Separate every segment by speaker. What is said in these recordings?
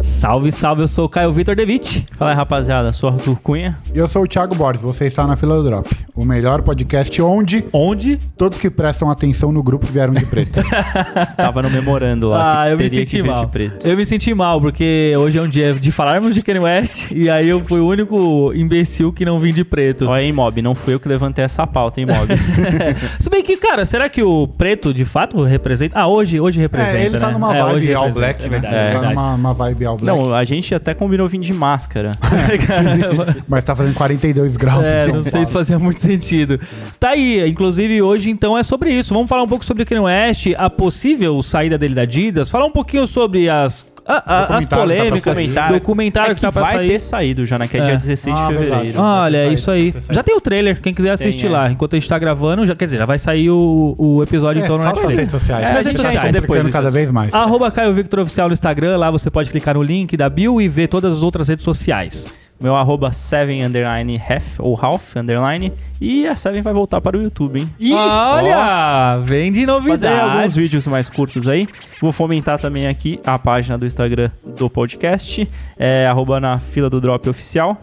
Speaker 1: Salve, salve, eu sou o Caio Vitor Devitt.
Speaker 2: Fala aí, rapaziada. Sou Arthur Cunha.
Speaker 3: E eu sou o Thiago Borges, você está na fila do Drop, o melhor podcast onde
Speaker 1: Onde?
Speaker 3: todos que prestam atenção no grupo vieram de preto.
Speaker 2: Tava no memorando lá.
Speaker 1: Ah,
Speaker 2: que
Speaker 1: eu me
Speaker 2: teria que
Speaker 1: senti
Speaker 2: vir de
Speaker 1: mal.
Speaker 2: preto.
Speaker 1: Eu me senti mal, porque hoje é um dia de falarmos de Kanye West e aí eu fui o único imbecil que não vim de preto.
Speaker 2: Olha aí, Mob. Não fui eu que levantei essa pauta, hein, Mob?
Speaker 1: Se bem que, cara, será que o preto de fato representa? Ah, hoje, hoje representa.
Speaker 3: é, ele tá
Speaker 1: né?
Speaker 3: numa
Speaker 1: É,
Speaker 3: vibe
Speaker 1: hoje
Speaker 3: all
Speaker 1: representa,
Speaker 3: black,
Speaker 1: é
Speaker 3: né?
Speaker 1: verdade,
Speaker 3: ele
Speaker 1: é
Speaker 3: tá
Speaker 1: verdade.
Speaker 3: numa uma vibe all black.
Speaker 2: não, a gente até combinou vir de máscara.
Speaker 1: Caramba.
Speaker 3: Mas tá fazendo 42 graus.
Speaker 1: É,
Speaker 3: em São
Speaker 1: não sei
Speaker 3: Paulo.
Speaker 1: se fazia muito sentido. Tá aí, inclusive hoje então é sobre isso. Vamos falar um pouco sobre o Kanye West, a possível saída dele da Adidas, falar um pouquinho sobre as, a- a- as
Speaker 3: Documentário que tá pra
Speaker 1: polêmicas,
Speaker 3: sair.
Speaker 1: documentário,
Speaker 2: É
Speaker 1: que, tá pra
Speaker 2: vai
Speaker 1: sair.
Speaker 2: ter saído já, né? Que é,
Speaker 1: É.
Speaker 2: dia 16
Speaker 3: Ah,
Speaker 2: de
Speaker 3: verdade.
Speaker 2: fevereiro.
Speaker 3: Ah,
Speaker 1: Olha, é
Speaker 3: saído,
Speaker 1: isso aí.
Speaker 3: vai ter saído.
Speaker 1: Já tem o trailer, quem quiser assistir
Speaker 2: Tem, é.
Speaker 1: lá. Enquanto a gente tá gravando, já, quer dizer, já vai sair o, o episódio então
Speaker 3: é,
Speaker 1: no
Speaker 3: fala nas
Speaker 1: Netflix.
Speaker 3: redes sociais.
Speaker 2: É,
Speaker 1: a gente vai
Speaker 3: tá
Speaker 2: depois
Speaker 3: depois
Speaker 2: disso.
Speaker 3: cada vez mais.
Speaker 1: Arroba Caio Victor Oficial no Instagram, lá você pode clicar no link da bio e ver todas as outras redes sociais.
Speaker 2: Meu arroba 7 underline half ou half underline. E a 7 vai voltar para o YouTube, hein?
Speaker 3: Ih,
Speaker 1: Olha, vem de
Speaker 2: Fazer
Speaker 1: novidades.
Speaker 2: alguns vídeos mais curtos aí. Vou fomentar também aqui a página do Instagram do podcast. É arroba na fila do drop oficial.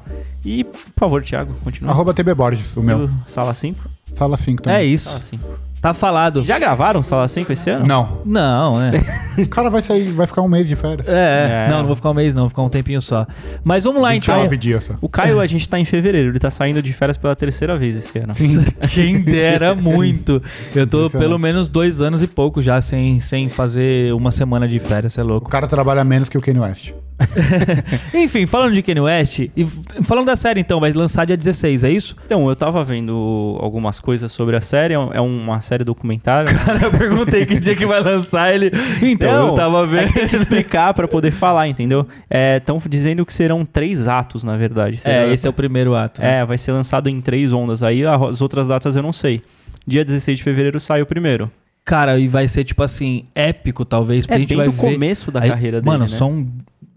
Speaker 2: E, por favor, Thiago, continua.
Speaker 3: Arroba TB Borges, o meu.
Speaker 2: Sala 5?
Speaker 3: Fala 5
Speaker 1: É
Speaker 3: também.
Speaker 1: isso.
Speaker 2: Sala 5.
Speaker 1: Tá falado.
Speaker 2: Já gravaram Sala 5 esse ano?
Speaker 3: Não.
Speaker 1: Não, né?
Speaker 3: O cara vai sair, vai ficar um mês de férias.
Speaker 1: É,
Speaker 2: É.
Speaker 1: não, não vou ficar um mês, não, vou ficar um tempinho só. Mas vamos
Speaker 3: Ah,
Speaker 1: lá então.
Speaker 3: 29 dias só.
Speaker 2: O Caio, a gente tá em fevereiro, ele tá saindo de férias pela terceira vez esse ano.
Speaker 1: Quem dera muito. Eu tô
Speaker 3: Impressionante.
Speaker 1: pelo menos dois anos e pouco já sem, sem fazer uma semana de férias, cê é
Speaker 3: O
Speaker 1: louco.
Speaker 3: cara trabalha menos que o Kanye West.
Speaker 1: Enfim, falando de Kanye West, e f- falando da série então, vai lançar dia 16, é isso?
Speaker 2: Então, eu tava vendo algumas coisas sobre a série, é um- é uma série documentário. né?
Speaker 1: Cara, eu perguntei que dia que vai lançar ele. Então,
Speaker 2: Não,
Speaker 1: eu tava
Speaker 2: É
Speaker 1: vendo.
Speaker 2: que tem que explicar pra poder falar, entendeu? Estão dizendo que serão três atos, na verdade.
Speaker 1: É,
Speaker 2: Será-
Speaker 1: esse é o primeiro ato. né?
Speaker 2: É, vai ser lançado em três ondas. Aí a- as outras datas eu não sei. Dia 16 de fevereiro sai o primeiro.
Speaker 1: Cara, e vai ser tipo assim, épico talvez, porque
Speaker 2: É
Speaker 1: a gente
Speaker 2: bem
Speaker 1: vai
Speaker 2: do
Speaker 1: ver...
Speaker 2: começo da
Speaker 1: Aí,
Speaker 2: carreira
Speaker 1: Mano,
Speaker 2: dele, né?
Speaker 1: são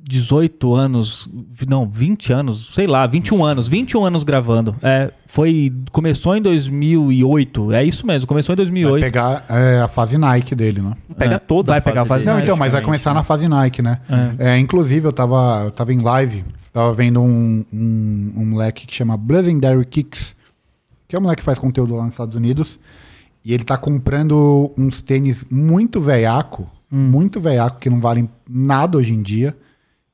Speaker 1: 18 anos, vi- não, 20 anos, sei lá, 21 anos, 21 anos gravando. É, foi, começou em 2008, é isso mesmo, começou em
Speaker 3: Vai
Speaker 1: 2008.
Speaker 3: pegar é, a fase Nike dele, né?
Speaker 2: Pega
Speaker 1: É,
Speaker 2: toda
Speaker 1: vai
Speaker 2: a fase
Speaker 1: pegar a fase
Speaker 2: dele.
Speaker 3: Não, então, mas vai
Speaker 2: praticamente,
Speaker 3: começar
Speaker 2: né?
Speaker 3: na fase Nike, né? É, inclusive, eu tava, eu tava em live, tava vendo um, um, um moleque que chama Legendary Kicks, que é um moleque que faz conteúdo lá nos Estados Unidos, e ele tá comprando uns tênis muito veiaco,
Speaker 2: Hum.
Speaker 3: muito veiaco, que não valem nada hoje em dia,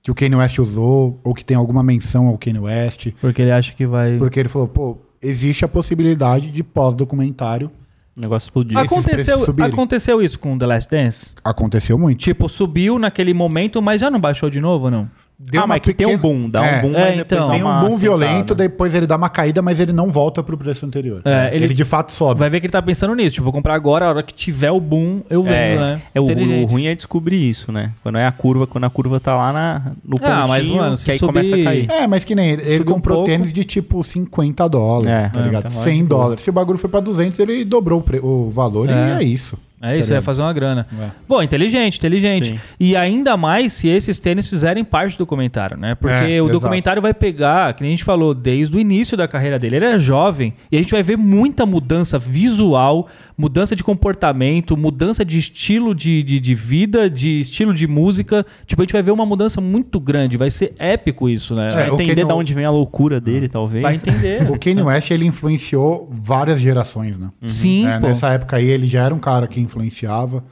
Speaker 3: que o Kanye West usou, ou que tem alguma menção ao Kanye West,
Speaker 1: Porque ele acha que vai...
Speaker 3: porque ele falou, pô, existe a possibilidade de pós-documentário.
Speaker 2: O negócio explodiu.
Speaker 3: esses
Speaker 1: Aconteceu,
Speaker 3: preços subirem.
Speaker 1: aconteceu isso com The Last Dance?
Speaker 3: Aconteceu muito.
Speaker 1: Tipo, subiu naquele momento, mas já não baixou de novo, não?
Speaker 3: Deu
Speaker 2: ah,
Speaker 3: uma
Speaker 2: mas que tem um
Speaker 3: pequena-
Speaker 2: boom, dá
Speaker 3: É.
Speaker 2: um boom,
Speaker 1: É,
Speaker 2: mas depois
Speaker 1: então.
Speaker 2: dá
Speaker 3: Tem um
Speaker 2: uma
Speaker 3: boom
Speaker 2: assentada.
Speaker 3: violento, depois ele dá uma caída, mas ele não volta pro preço anterior.
Speaker 1: É, ele-
Speaker 3: ele... de fato sobe.
Speaker 1: Vai ver que ele tá pensando nisso, tipo, vou comprar agora, a hora que tiver o boom,
Speaker 3: um
Speaker 1: eu vendo,
Speaker 2: É,
Speaker 1: né?
Speaker 2: é o,
Speaker 1: Inteligente.
Speaker 2: o ruim é descobrir isso, né? Quando é a curva, quando a curva tá lá na, no pontinho,
Speaker 1: Ah, mas, mano, se
Speaker 2: que aí
Speaker 1: subir-
Speaker 2: começa a cair.
Speaker 3: É, mas que nem ele, ele
Speaker 1: Subiu um
Speaker 3: comprou
Speaker 1: pouco.
Speaker 3: tênis de tipo 50 dólares,
Speaker 2: É,
Speaker 3: tá
Speaker 2: é,
Speaker 3: ligado?
Speaker 2: tá mais
Speaker 3: 100
Speaker 2: de boa.
Speaker 3: dólares. Se o bagulho foi pra 200, ele dobrou o, pre- o valor
Speaker 1: É.
Speaker 3: e é isso.
Speaker 1: É isso,
Speaker 3: Tá
Speaker 1: ia
Speaker 3: ligado?
Speaker 1: fazer uma grana.
Speaker 3: É.
Speaker 1: Bom, inteligente, inteligente.
Speaker 2: Sim.
Speaker 1: E ainda mais se esses tênis fizerem parte do documentário, né? Porque
Speaker 3: É,
Speaker 1: o
Speaker 3: exato.
Speaker 1: documentário vai pegar, que nem a gente falou, desde o início da carreira dele. Ele era jovem e a gente vai ver muita mudança visual, mudança de comportamento, mudança de estilo de, de, de vida, de estilo de música. Tipo, a gente vai ver uma mudança muito grande. Vai ser épico isso, né?
Speaker 3: É,
Speaker 2: Vai
Speaker 3: o que
Speaker 2: entender
Speaker 3: não- Ah,
Speaker 2: de onde vem a loucura dele, talvez.
Speaker 1: Vai entender.
Speaker 3: O Kanye West, ele influenciou várias gerações, né?
Speaker 1: Sim,
Speaker 3: É,
Speaker 1: pô.
Speaker 3: nessa época aí, ele já era um cara que influenciava.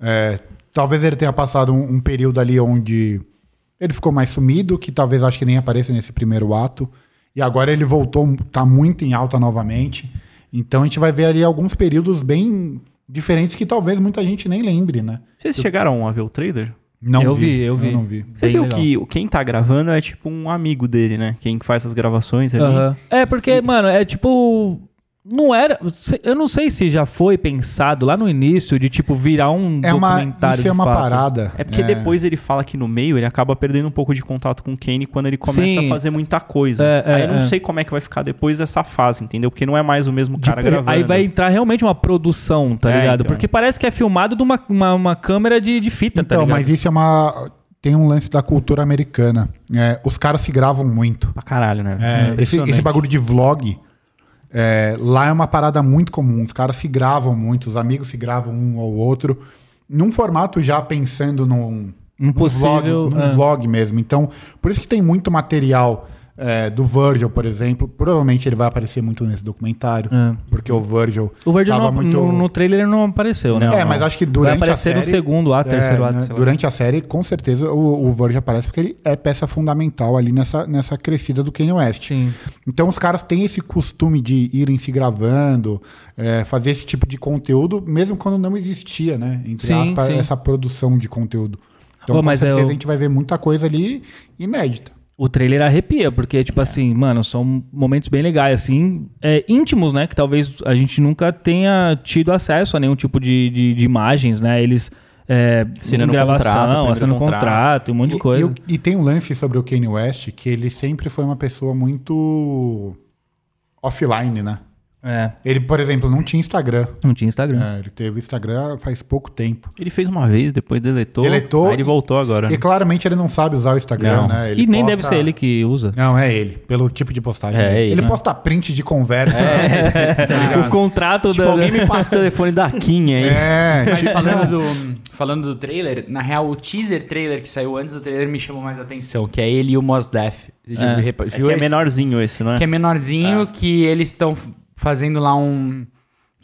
Speaker 3: É, talvez ele tenha passado um, um período ali onde ele ficou mais sumido, que talvez acho que nem apareça nesse primeiro ato. E agora ele voltou, tá muito em alta novamente. Então a gente vai ver ali alguns períodos bem diferentes que talvez muita gente nem lembre, né?
Speaker 2: Vocês chegaram a ver o trailer?
Speaker 3: Não
Speaker 1: Eu vi, eu vi.
Speaker 3: não vi.
Speaker 2: Você
Speaker 1: Bem
Speaker 2: viu
Speaker 1: legal.
Speaker 2: que o- quem tá gravando é tipo um amigo dele, né? Quem faz as gravações ali.
Speaker 1: Aham. É, porque, mano, é tipo. Não era. se- Eu não sei se já foi pensado lá no início de, tipo, virar um
Speaker 3: É uma,
Speaker 1: documentário.
Speaker 3: isso
Speaker 1: de
Speaker 3: é uma
Speaker 1: fato.
Speaker 3: parada.
Speaker 2: É porque depois ele fala que no meio ele acaba perdendo um pouco de contato com o Kane quando ele começa
Speaker 1: Sim.
Speaker 2: a fazer muita coisa.
Speaker 1: É, é,
Speaker 2: aí eu não
Speaker 1: é.
Speaker 2: sei como é que vai ficar depois dessa fase, entendeu? Porque não é mais o mesmo cara
Speaker 1: Tipo,
Speaker 2: gravando.
Speaker 1: aí vai entrar realmente uma produção, tá
Speaker 2: É,
Speaker 1: ligado?
Speaker 2: então.
Speaker 1: Porque parece que é filmado de uma, uma, uma câmera de, de fita, tá
Speaker 3: Então,
Speaker 1: ligado?
Speaker 3: mas isso é uma. tem um lance da cultura americana. É, os caras se gravam muito.
Speaker 2: Pra caralho, né?
Speaker 3: É, esse,
Speaker 2: impressionante.
Speaker 3: esse bagulho de vlog é, lá é uma parada muito comum. Os caras se gravam muito, os amigos se gravam um ao outro, num formato já pensando num,
Speaker 1: Um possível,
Speaker 3: num, vlog, num
Speaker 1: é.
Speaker 3: vlog mesmo. Então, por isso que tem muito material é, do Virgil, por exemplo. Provavelmente ele vai aparecer muito nesse documentário,
Speaker 1: É.
Speaker 3: porque o Virgil.
Speaker 1: O Virgil
Speaker 3: tava
Speaker 1: não, é no, no trailer ele não apareceu, né?
Speaker 2: Não,
Speaker 3: é, mas acho que durante
Speaker 1: Vai aparecer
Speaker 3: a série,
Speaker 1: no segundo A, terceiro
Speaker 3: é,
Speaker 1: A,
Speaker 3: né,
Speaker 1: sei lá.
Speaker 3: Durante a série, com certeza, o, o Virgil aparece porque ele é peça fundamental ali nessa, nessa crescida do Kanye West.
Speaker 1: Sim.
Speaker 3: Então os caras têm esse costume de irem se gravando, é, fazer esse tipo de conteúdo, mesmo quando não existia, né? Entre
Speaker 1: Sim,
Speaker 3: aspas,
Speaker 1: sim.
Speaker 3: essa produção de conteúdo. Então,
Speaker 1: Pô,
Speaker 3: com
Speaker 1: mas é
Speaker 3: certeza
Speaker 1: o-
Speaker 3: a gente vai ver muita coisa ali inédita.
Speaker 1: O trailer arrepia, porque, tipo assim, mano, são momentos bem legais, assim, é, íntimos, né? Que talvez a gente nunca tenha tido acesso a nenhum tipo de, de, de imagens, né? Eles. É,
Speaker 2: Assinando
Speaker 1: em gravação,
Speaker 2: contrato, primeiro
Speaker 1: assinando
Speaker 2: contrato.
Speaker 1: contrato, um monte de
Speaker 3: E-
Speaker 1: coisa.
Speaker 3: E, o- e tem um lance sobre o Kanye West que ele sempre foi uma pessoa muito offline, né?
Speaker 1: É,
Speaker 3: Ele, por exemplo, não tinha Instagram.
Speaker 1: não tinha Instagram.
Speaker 3: É, ele teve Instagram faz pouco tempo.
Speaker 2: Ele fez uma vez, depois deletou.
Speaker 3: Deletou.
Speaker 2: Aí ele voltou agora. né?
Speaker 3: E claramente ele não sabe usar o Instagram,
Speaker 2: Não.
Speaker 3: né?
Speaker 1: e nem
Speaker 3: posta-
Speaker 1: deve ser ele que usa.
Speaker 3: Não, é ele, pelo tipo de postagem.
Speaker 2: É,
Speaker 3: dele.
Speaker 2: ele,
Speaker 3: ele
Speaker 2: né?
Speaker 3: posta print de conversa. tá
Speaker 1: O
Speaker 3: ligado?
Speaker 1: contrato
Speaker 2: Tipo,
Speaker 1: da.
Speaker 2: alguém me passa o telefone da Kim aí. né?
Speaker 3: É,
Speaker 4: Mas
Speaker 3: tipo,
Speaker 4: falando do, falando do trailer, na real, o teaser trailer que saiu antes do trailer me chamou mais atenção, que é ele e o Mos Def. Você já viu-
Speaker 2: É
Speaker 4: viu
Speaker 2: que é
Speaker 4: esse?
Speaker 2: menorzinho esse,
Speaker 1: né?
Speaker 2: não é?
Speaker 4: Que é menorzinho, que eles estão f- fazendo lá um...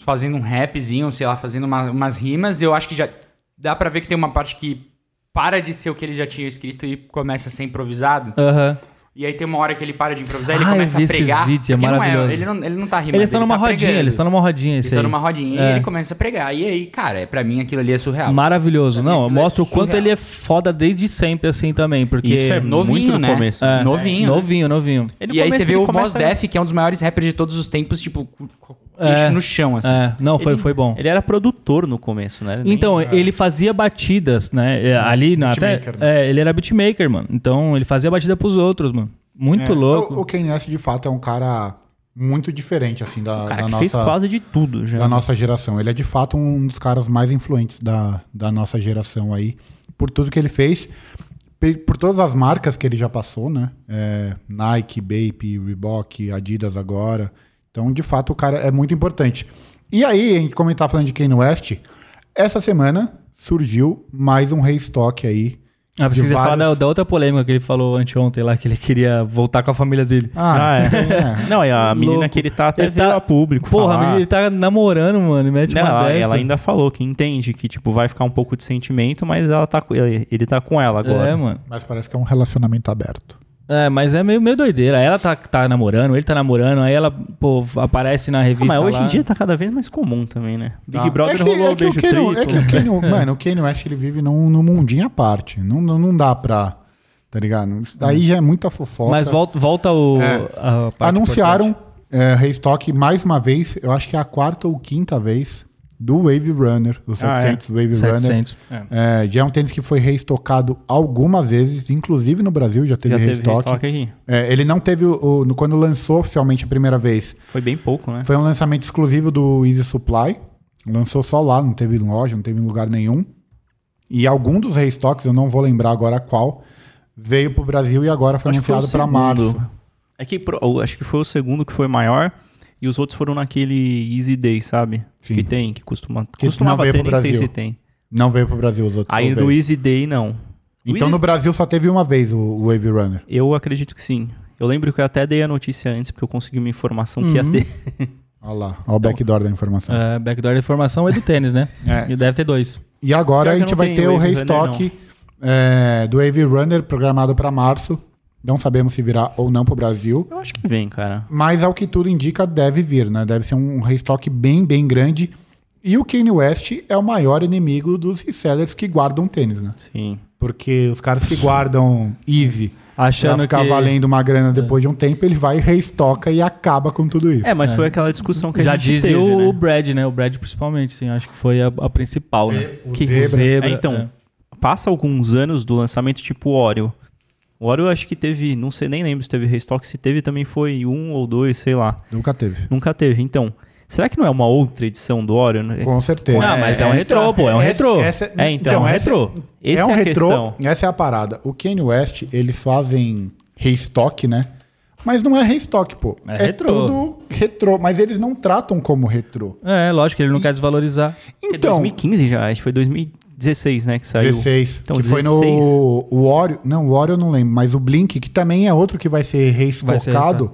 Speaker 4: Fazendo um rapzinho, sei lá, fazendo uma- umas rimas. Eu acho que já... Dá pra ver que tem uma parte que para de ser o que ele já tinha escrito e começa a ser improvisado.
Speaker 1: Aham.
Speaker 4: E aí tem uma hora que ele para de improvisar, ele
Speaker 1: Ah, eu
Speaker 4: começa
Speaker 1: vi
Speaker 4: a
Speaker 1: esse
Speaker 4: pregar.
Speaker 1: vídeo, é
Speaker 4: porque não
Speaker 1: maravilhoso.
Speaker 4: ele, não, ele não tá rimando.
Speaker 1: Eles estão
Speaker 4: ele
Speaker 1: numa
Speaker 4: tá
Speaker 1: rodinha,
Speaker 4: pregando.
Speaker 1: eles estão numa rodinha.
Speaker 4: Eles
Speaker 1: esse
Speaker 4: estão
Speaker 1: aí.
Speaker 4: numa rodinha
Speaker 1: É.
Speaker 4: e ele começa a pregar. E aí, cara, é- pra mim aquilo ali é surreal.
Speaker 1: Maravilhoso.
Speaker 4: Pra mim
Speaker 1: Não,
Speaker 4: aquilo é
Speaker 1: mostra o quanto
Speaker 4: surreal.
Speaker 1: ele é foda desde sempre, assim, também. Porque.
Speaker 2: Isso é
Speaker 4: novinho,
Speaker 2: muito no
Speaker 4: né?
Speaker 2: começo.
Speaker 1: É,
Speaker 4: novinho, né?
Speaker 1: Novinho, novinho.
Speaker 2: Ele
Speaker 4: e aí
Speaker 2: começa-
Speaker 4: você vê
Speaker 2: ele
Speaker 4: o Mos
Speaker 2: começa-
Speaker 4: Def, que é um dos maiores rappers de todos os tempos, tipo, com com- com o
Speaker 1: É.
Speaker 4: queixo no chão, assim.
Speaker 1: É, não, foi, foi bom.
Speaker 2: Ele era produtor no começo, né? Ele nem-
Speaker 1: Então, ele fazia batidas, né? É, Ali na até,
Speaker 3: Beatmaker, né?
Speaker 1: é, ele era beatmaker, mano. Então, ele fazia batida pros outros, mano. Muito
Speaker 3: é,
Speaker 1: louco.
Speaker 3: O, o Kanye West, de fato, é um cara muito diferente, assim, da,
Speaker 2: cara
Speaker 3: da
Speaker 2: que
Speaker 3: nossa,
Speaker 2: fez quase de tudo já.
Speaker 3: da nossa geração. Ele é, de fato, um dos caras mais influentes da, da nossa geração aí, por tudo que ele fez, pe- por todas as marcas que ele já passou, né? É, Nike, Bape, Reebok, Adidas agora. Então, de fato, o cara é muito importante. E aí, a gente, como a gente tá falando de Kanye West, essa semana surgiu mais um restock aí.
Speaker 1: Ah,
Speaker 3: de
Speaker 1: precisa falar da,
Speaker 3: vários-
Speaker 1: da outra polêmica que ele falou anteontem lá, que ele queria voltar com a família dele.
Speaker 3: Ah,
Speaker 2: Ah,
Speaker 3: é.
Speaker 2: Não, e a menina
Speaker 1: Louco.
Speaker 2: que ele tá até
Speaker 1: Ele
Speaker 2: veio
Speaker 1: tá-
Speaker 2: a público.
Speaker 1: Porra,
Speaker 2: falar.
Speaker 1: menino, ele tá namorando, mano. e Mete
Speaker 2: Não,
Speaker 1: uma
Speaker 2: ela,
Speaker 1: dessa.
Speaker 2: ela ainda falou que entende que, tipo, vai ficar um pouco de sentimento, mas ela tá, com- ele, ele tá com ela agora.
Speaker 1: É, mano.
Speaker 3: Mas parece que é um relacionamento aberto.
Speaker 1: É, mas é meio, meio doideira. Ela tá, tá namorando, ele tá namorando, aí ela, pô, aparece na
Speaker 2: Ah,
Speaker 1: revista.
Speaker 2: mas hoje
Speaker 1: lá.
Speaker 2: em dia tá cada vez mais comum também, né? Big
Speaker 3: Tá.
Speaker 2: Brother
Speaker 3: é que,
Speaker 2: rolou
Speaker 3: é que
Speaker 2: beijo
Speaker 3: o Kanye,
Speaker 2: triplo.
Speaker 3: É que o Kanye, mano, o Kanye West ele vive num, num mundinho à parte. Não, não, não dá pra. Tá ligado? Isso daí já é muita fofoca.
Speaker 1: Mas volta, volta o.
Speaker 3: É.
Speaker 1: a parte
Speaker 3: Anunciaram é, restock mais uma vez, eu acho que é a quarta ou quinta vez, do Wave Runner, do
Speaker 2: Ah, é.
Speaker 3: 700 Wave
Speaker 1: importante.
Speaker 3: Runner.
Speaker 1: 700. É.
Speaker 3: É, já é um tênis que foi reestocado algumas vezes, inclusive no Brasil já teve
Speaker 2: Já teve
Speaker 3: restock.
Speaker 2: restock aqui.
Speaker 3: É, ele não teve, o, o- quando lançou oficialmente a primeira vez,
Speaker 2: Foi bem pouco, né?
Speaker 3: Foi um lançamento exclusivo do Easy Supply. Lançou só lá, não teve em loja, não teve em lugar nenhum. E algum dos restocks, eu não vou lembrar agora qual, veio pro Brasil e agora foi
Speaker 2: Acho que foi o
Speaker 3: anunciado para
Speaker 2: segundo.
Speaker 3: março.
Speaker 2: É que pro- eu acho que foi o segundo que foi maior. E os outros foram naquele Easy Day, sabe?
Speaker 3: Sim.
Speaker 2: Que tem, que costuma,
Speaker 3: Que
Speaker 2: costumava
Speaker 3: não veio
Speaker 2: ter,
Speaker 3: pro
Speaker 2: nem sei se
Speaker 3: Brasil.
Speaker 2: tem.
Speaker 3: Não veio pro Brasil os outros.
Speaker 2: Aí
Speaker 3: só
Speaker 2: do
Speaker 3: veio.
Speaker 2: Easy Day, não. O
Speaker 3: Então
Speaker 2: Easy-
Speaker 3: no Brasil só teve uma vez o, o Wave Runner.
Speaker 2: Eu acredito que sim. Eu lembro que eu até dei a notícia antes, porque eu consegui uma informação que ia
Speaker 3: Uhum.
Speaker 2: ter.
Speaker 3: Olha lá,
Speaker 2: Então-
Speaker 3: olha o backdoor da informação.
Speaker 1: É, backdoor da informação é do tênis, né?
Speaker 3: É.
Speaker 1: E deve ter dois.
Speaker 3: E
Speaker 2: Pior
Speaker 3: agora a
Speaker 2: que
Speaker 3: gente
Speaker 2: não
Speaker 3: vai
Speaker 2: tem
Speaker 3: ter o
Speaker 2: Wave
Speaker 3: restock é, do Wave Runner programado para março. Não sabemos se virá ou não pro Brasil.
Speaker 2: Eu acho que vem, cara.
Speaker 3: Mas ao que tudo indica, deve vir, né? Deve ser um restock bem, bem grande. E o Kanye West é o maior inimigo dos resellers que guardam tênis, né?
Speaker 2: Sim.
Speaker 3: Porque os caras que guardam Easy pra
Speaker 1: Achando
Speaker 3: ficar
Speaker 1: que
Speaker 3: valendo uma grana depois de um tempo, ele vai e restoca e acaba com tudo isso.
Speaker 2: É, mas foi aquela discussão que
Speaker 1: já
Speaker 2: a gente
Speaker 1: dizia
Speaker 2: teve,
Speaker 1: o,
Speaker 2: né?
Speaker 1: o Brad, né? O Brad principalmente, assim, acho que foi a, a principal, né?
Speaker 3: o
Speaker 1: que
Speaker 3: Zebra.
Speaker 2: É, então, passa alguns anos do lançamento tipo Oreo. O Oreo eu acho que teve, não sei, nem lembro se teve restock, se teve também foi um ou dois, sei lá.
Speaker 3: Nunca teve.
Speaker 2: Nunca teve. Então, Será que não é uma outra edição do Orion?
Speaker 3: Com certeza.
Speaker 1: Não, mas é um retrô, pô, é um retrô. É, então, é um
Speaker 3: essa-
Speaker 1: retrô.
Speaker 2: Essa
Speaker 3: é um
Speaker 2: é a
Speaker 3: retrô,
Speaker 2: questão.
Speaker 3: essa é a parada. O Kanye West, eles fazem restock, né? Mas não é restock, pô.
Speaker 1: É retrô.
Speaker 3: tudo retrô, mas eles não tratam como retrô.
Speaker 1: É, lógico, ele não quer desvalorizar.
Speaker 2: Porque
Speaker 3: Então,
Speaker 2: 2015 já, acho que foi 2016, né, que saiu.
Speaker 3: 16,
Speaker 2: Então,
Speaker 3: que foi no o Oreo, não, o Oreo eu não lembro, mas o Blink, que também é outro que vai ser
Speaker 1: Vai ser
Speaker 3: reestocado,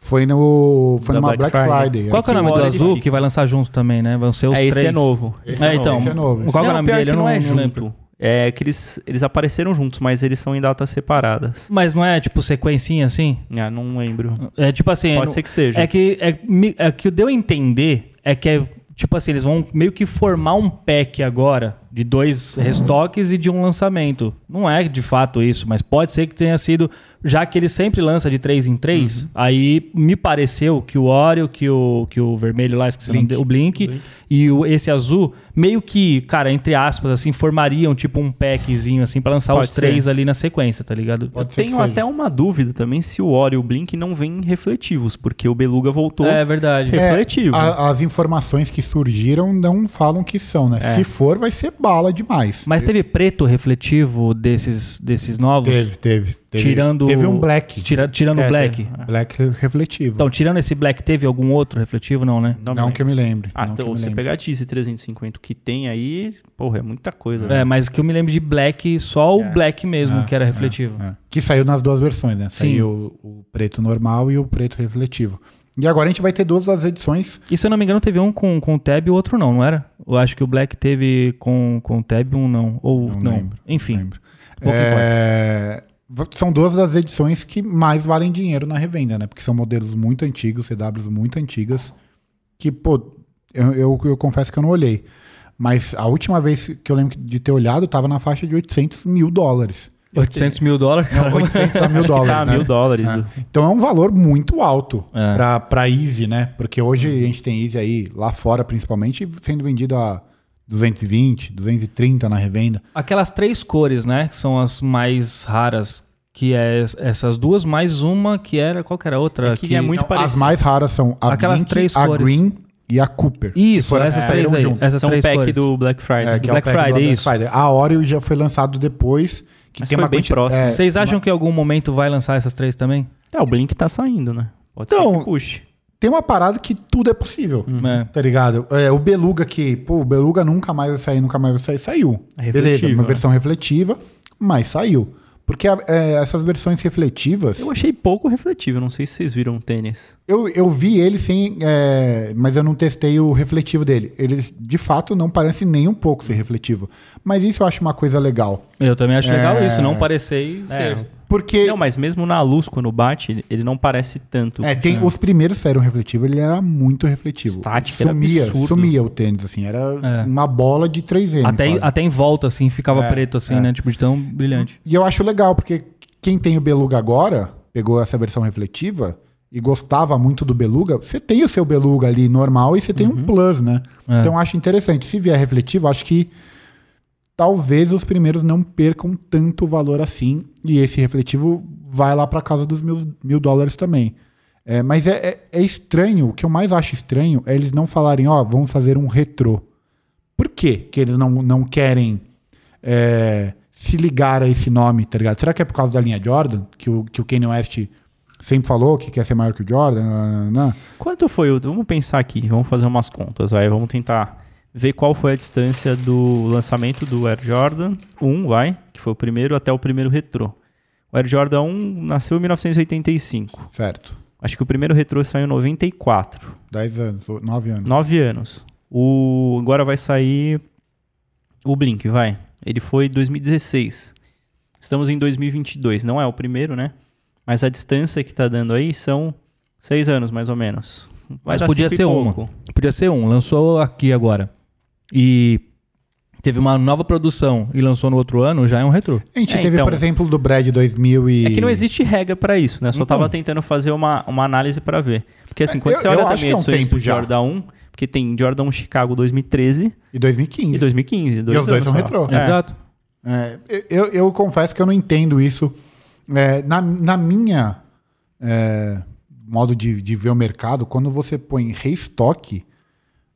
Speaker 3: foi no foi
Speaker 2: Da
Speaker 3: numa Black,
Speaker 2: Black
Speaker 3: Friday.
Speaker 1: Qual que é o
Speaker 2: que
Speaker 1: nome do
Speaker 2: agora ele
Speaker 1: azul
Speaker 2: fica.
Speaker 1: que vai lançar junto também, né? Vão ser os
Speaker 2: É,
Speaker 1: três.
Speaker 2: esse é novo. Esse
Speaker 1: é,
Speaker 2: novo.
Speaker 1: então.
Speaker 3: Esse é novo,
Speaker 1: Qual
Speaker 3: esse
Speaker 1: que é o
Speaker 2: Não,
Speaker 1: nome
Speaker 2: pior
Speaker 1: dele?
Speaker 2: que
Speaker 1: Eu
Speaker 2: não é junto.
Speaker 1: lembro.
Speaker 2: É que eles, eles apareceram juntos, mas eles são em datas separadas.
Speaker 1: Mas não é tipo sequencinha assim?
Speaker 2: Ah, não lembro.
Speaker 1: É tipo assim. é,
Speaker 2: Pode
Speaker 1: no-
Speaker 2: ser que seja.
Speaker 1: É que, é, mi- é que o deu a entender é que é tipo assim, eles vão meio que formar um pack agora de dois restoques e de um lançamento. Não é de fato isso, mas pode ser que tenha sido, já que ele sempre lança de três em três, aí me pareceu que o Oreo, que o, que o vermelho lá, esqueci o nome dele, o Blink, e o, esse azul, meio que, cara, entre aspas, assim, formariam tipo um packzinho assim pra lançar
Speaker 2: Pode
Speaker 1: os três
Speaker 2: ser.
Speaker 1: ali na sequência, tá ligado?
Speaker 3: Pode ser que
Speaker 2: Tenho
Speaker 3: seja.
Speaker 2: até uma dúvida também se o Oreo e o Blink não vêm refletivos, porque o Beluga voltou.
Speaker 1: É verdade.
Speaker 2: É, refletivo.
Speaker 3: a- as informações que surgiram não falam que são,
Speaker 1: É.
Speaker 3: né? Se for, vai ser bala demais.
Speaker 1: Mas teve preto refletivo desses, desses novos?
Speaker 3: teve, teve, teve.
Speaker 1: Tirando.
Speaker 3: Teve um black.
Speaker 1: Tira- tirando o
Speaker 2: É,
Speaker 1: black.
Speaker 2: teve.
Speaker 3: Black refletivo.
Speaker 1: Então, tirando esse black, teve algum outro refletivo? Não, né?
Speaker 3: não que eu me lembre.
Speaker 2: Ah,
Speaker 3: não que eu
Speaker 2: então,
Speaker 3: me
Speaker 2: você
Speaker 3: lembre.
Speaker 2: pegar a Tizi 350 que tem aí, porra, é muita coisa.
Speaker 1: É,
Speaker 2: né?
Speaker 1: mas que eu me lembro de black, só
Speaker 2: É.
Speaker 1: o black mesmo, que era refletivo.
Speaker 3: É. Que saiu nas duas versões, né?
Speaker 1: Sim.
Speaker 3: Saiu o, o preto normal e o preto refletivo. E agora a gente vai ter duas das edições.
Speaker 1: E se eu não me engano, teve um com, com o Tab e o outro não, não era? Eu acho que o black teve com, com o Tab um não. Ou não.
Speaker 3: Não lembro,
Speaker 1: Enfim.
Speaker 3: lembro.
Speaker 1: pouco
Speaker 3: É, v- São duas das edições que mais valem dinheiro na revenda, né? Porque são modelos muito antigos, CWs muito antigas, que, pô, eu, eu, eu confesso que eu não olhei. Mas a última vez que eu lembro de ter olhado, tava na faixa de 800 mil dólares.
Speaker 1: 800 mil dólares, cara.
Speaker 3: 800 É um a mil dólares,
Speaker 2: Tá,
Speaker 3: né?
Speaker 2: mil dólares.
Speaker 3: Então é um valor muito alto
Speaker 1: É.
Speaker 3: pra para Easy, né? Porque hoje a gente tem Easy aí, lá fora principalmente, sendo vendido a 220, 230 na revenda.
Speaker 1: Aquelas três cores, né? Que são as mais raras. Que é es- essas duas, mais uma que era. Qual que era a outra?
Speaker 2: É que é muito
Speaker 3: As
Speaker 2: parecido.
Speaker 3: mais raras são a
Speaker 1: Aquelas
Speaker 3: Blink,
Speaker 1: três
Speaker 3: a
Speaker 1: cores.
Speaker 3: Green e a Cooper.
Speaker 1: Isso,
Speaker 3: Foram
Speaker 1: essas
Speaker 3: essas
Speaker 1: três
Speaker 3: saíram
Speaker 1: aí.
Speaker 3: juntas.
Speaker 1: Essas
Speaker 2: São o
Speaker 1: três
Speaker 2: pack
Speaker 1: cores.
Speaker 2: do Black Friday.
Speaker 3: É,
Speaker 2: né?
Speaker 3: que
Speaker 1: do Black
Speaker 3: o pack do
Speaker 1: Friday, isso.
Speaker 3: A Oreo já foi lançado depois, que
Speaker 2: Mas
Speaker 3: tem
Speaker 2: foi
Speaker 3: uma
Speaker 2: bem
Speaker 3: quanti-
Speaker 2: próximo.
Speaker 3: é,
Speaker 1: Vocês acham que em algum momento vai lançar essas três também?
Speaker 2: É, o Blink tá saindo, né? Pode ser
Speaker 3: Então-
Speaker 2: que puxe.
Speaker 3: tem uma parada que tudo é possível.
Speaker 1: É.
Speaker 3: Tá ligado? É, o Beluga que, pô, o Beluga nunca mais vai sair, nunca mais vai sair, saiu.
Speaker 2: É
Speaker 3: Beleza,
Speaker 2: refletivo,
Speaker 3: uma
Speaker 2: né?
Speaker 3: versão refletiva, mas saiu. Porque a- é, essas versões refletivas,
Speaker 2: Eu
Speaker 3: eu,
Speaker 2: achei pouco refletivo, não sei se vocês viram o tênis.
Speaker 3: eu, vi ele sem. é, mas eu não testei o refletivo dele. Ele, de fato, não parece nem um pouco ser refletivo. Mas isso eu acho uma coisa legal.
Speaker 1: Eu também acho
Speaker 3: É.
Speaker 1: legal isso, não parecer ser.
Speaker 3: Porque.
Speaker 2: Não, mas mesmo na luz, quando bate, ele- ele não parece tanto.
Speaker 3: é, tem, Os primeiros saíram refletivo, ele era muito refletivo.
Speaker 2: Estático, era
Speaker 3: sumia,
Speaker 2: absurdo. É.
Speaker 3: sumia o tênis, assim, era uma bola de 3M.
Speaker 1: Até,
Speaker 3: quase.
Speaker 1: até em volta, assim, ficava
Speaker 3: É,
Speaker 1: preto, assim, né? Tipo, de tão brilhante.
Speaker 3: E eu acho legal, porque quem tem o Beluga agora, pegou essa versão refletiva e gostava muito do Beluga, você tem o seu Beluga ali normal e você tem um Plus, né? Então eu acho interessante. Se vier refletivo, eu acho que talvez os primeiros não percam tanto valor assim. E esse refletivo vai lá para casa dos mil, mil dólares também. É, mas é, é- é estranho, o que eu mais acho estranho é eles não falarem, ó, vamos fazer um retrô. Por quê que eles não, não querem é, se ligar a esse nome, tá ligado? Será que é por causa da linha Jordan? Que o, que o Kanye West sempre falou que quer ser maior que o Jordan? nananana?
Speaker 2: Quanto foi o. Vamos pensar aqui, vamos fazer umas contas, vai. Vamos tentar ver qual foi a distância do lançamento do Air Jordan 1, vai, que foi o primeiro, até o primeiro retrô. O Air Jordan 1 nasceu em 1985.
Speaker 3: Certo.
Speaker 2: Acho que o primeiro retrô saiu em 94.
Speaker 3: 10 anos, ou 9 anos.
Speaker 2: 9 anos. O agora vai sair o Blink, vai. Ele foi em 2016. Estamos em 2022, não é o primeiro, né? Mas a distância que tá dando aí são 6 anos mais ou menos. Vai
Speaker 1: Mas
Speaker 2: dar
Speaker 1: podia
Speaker 2: cinco e
Speaker 1: ser uma.
Speaker 2: pouco.
Speaker 1: Podia ser um. Lançou aqui agora. E teve uma nova produção e lançou no outro ano, já é um retrô.
Speaker 3: A gente
Speaker 2: É,
Speaker 3: teve,
Speaker 2: então.
Speaker 3: por exemplo, do Brad 2000 e...
Speaker 2: É que não existe regra pra isso, né? Só
Speaker 1: Então.
Speaker 2: tava tentando fazer uma, uma análise pra ver. Porque assim, quando
Speaker 3: eu-
Speaker 2: você
Speaker 3: eu
Speaker 2: olha
Speaker 3: acho
Speaker 2: também
Speaker 3: que é um
Speaker 2: edições
Speaker 3: tempo
Speaker 2: do
Speaker 3: já.
Speaker 2: Jordan 1, porque tem Jordan 1 Chicago 2013
Speaker 3: E
Speaker 2: e
Speaker 3: 2015.
Speaker 2: 2015. dois
Speaker 3: os dois
Speaker 2: anos
Speaker 3: são
Speaker 2: só.
Speaker 3: retrô.
Speaker 2: É.
Speaker 1: Exato.
Speaker 3: É, eu, eu confesso que eu não entendo isso. É, na, na minha é, modo de, de ver o mercado, quando você põe restock,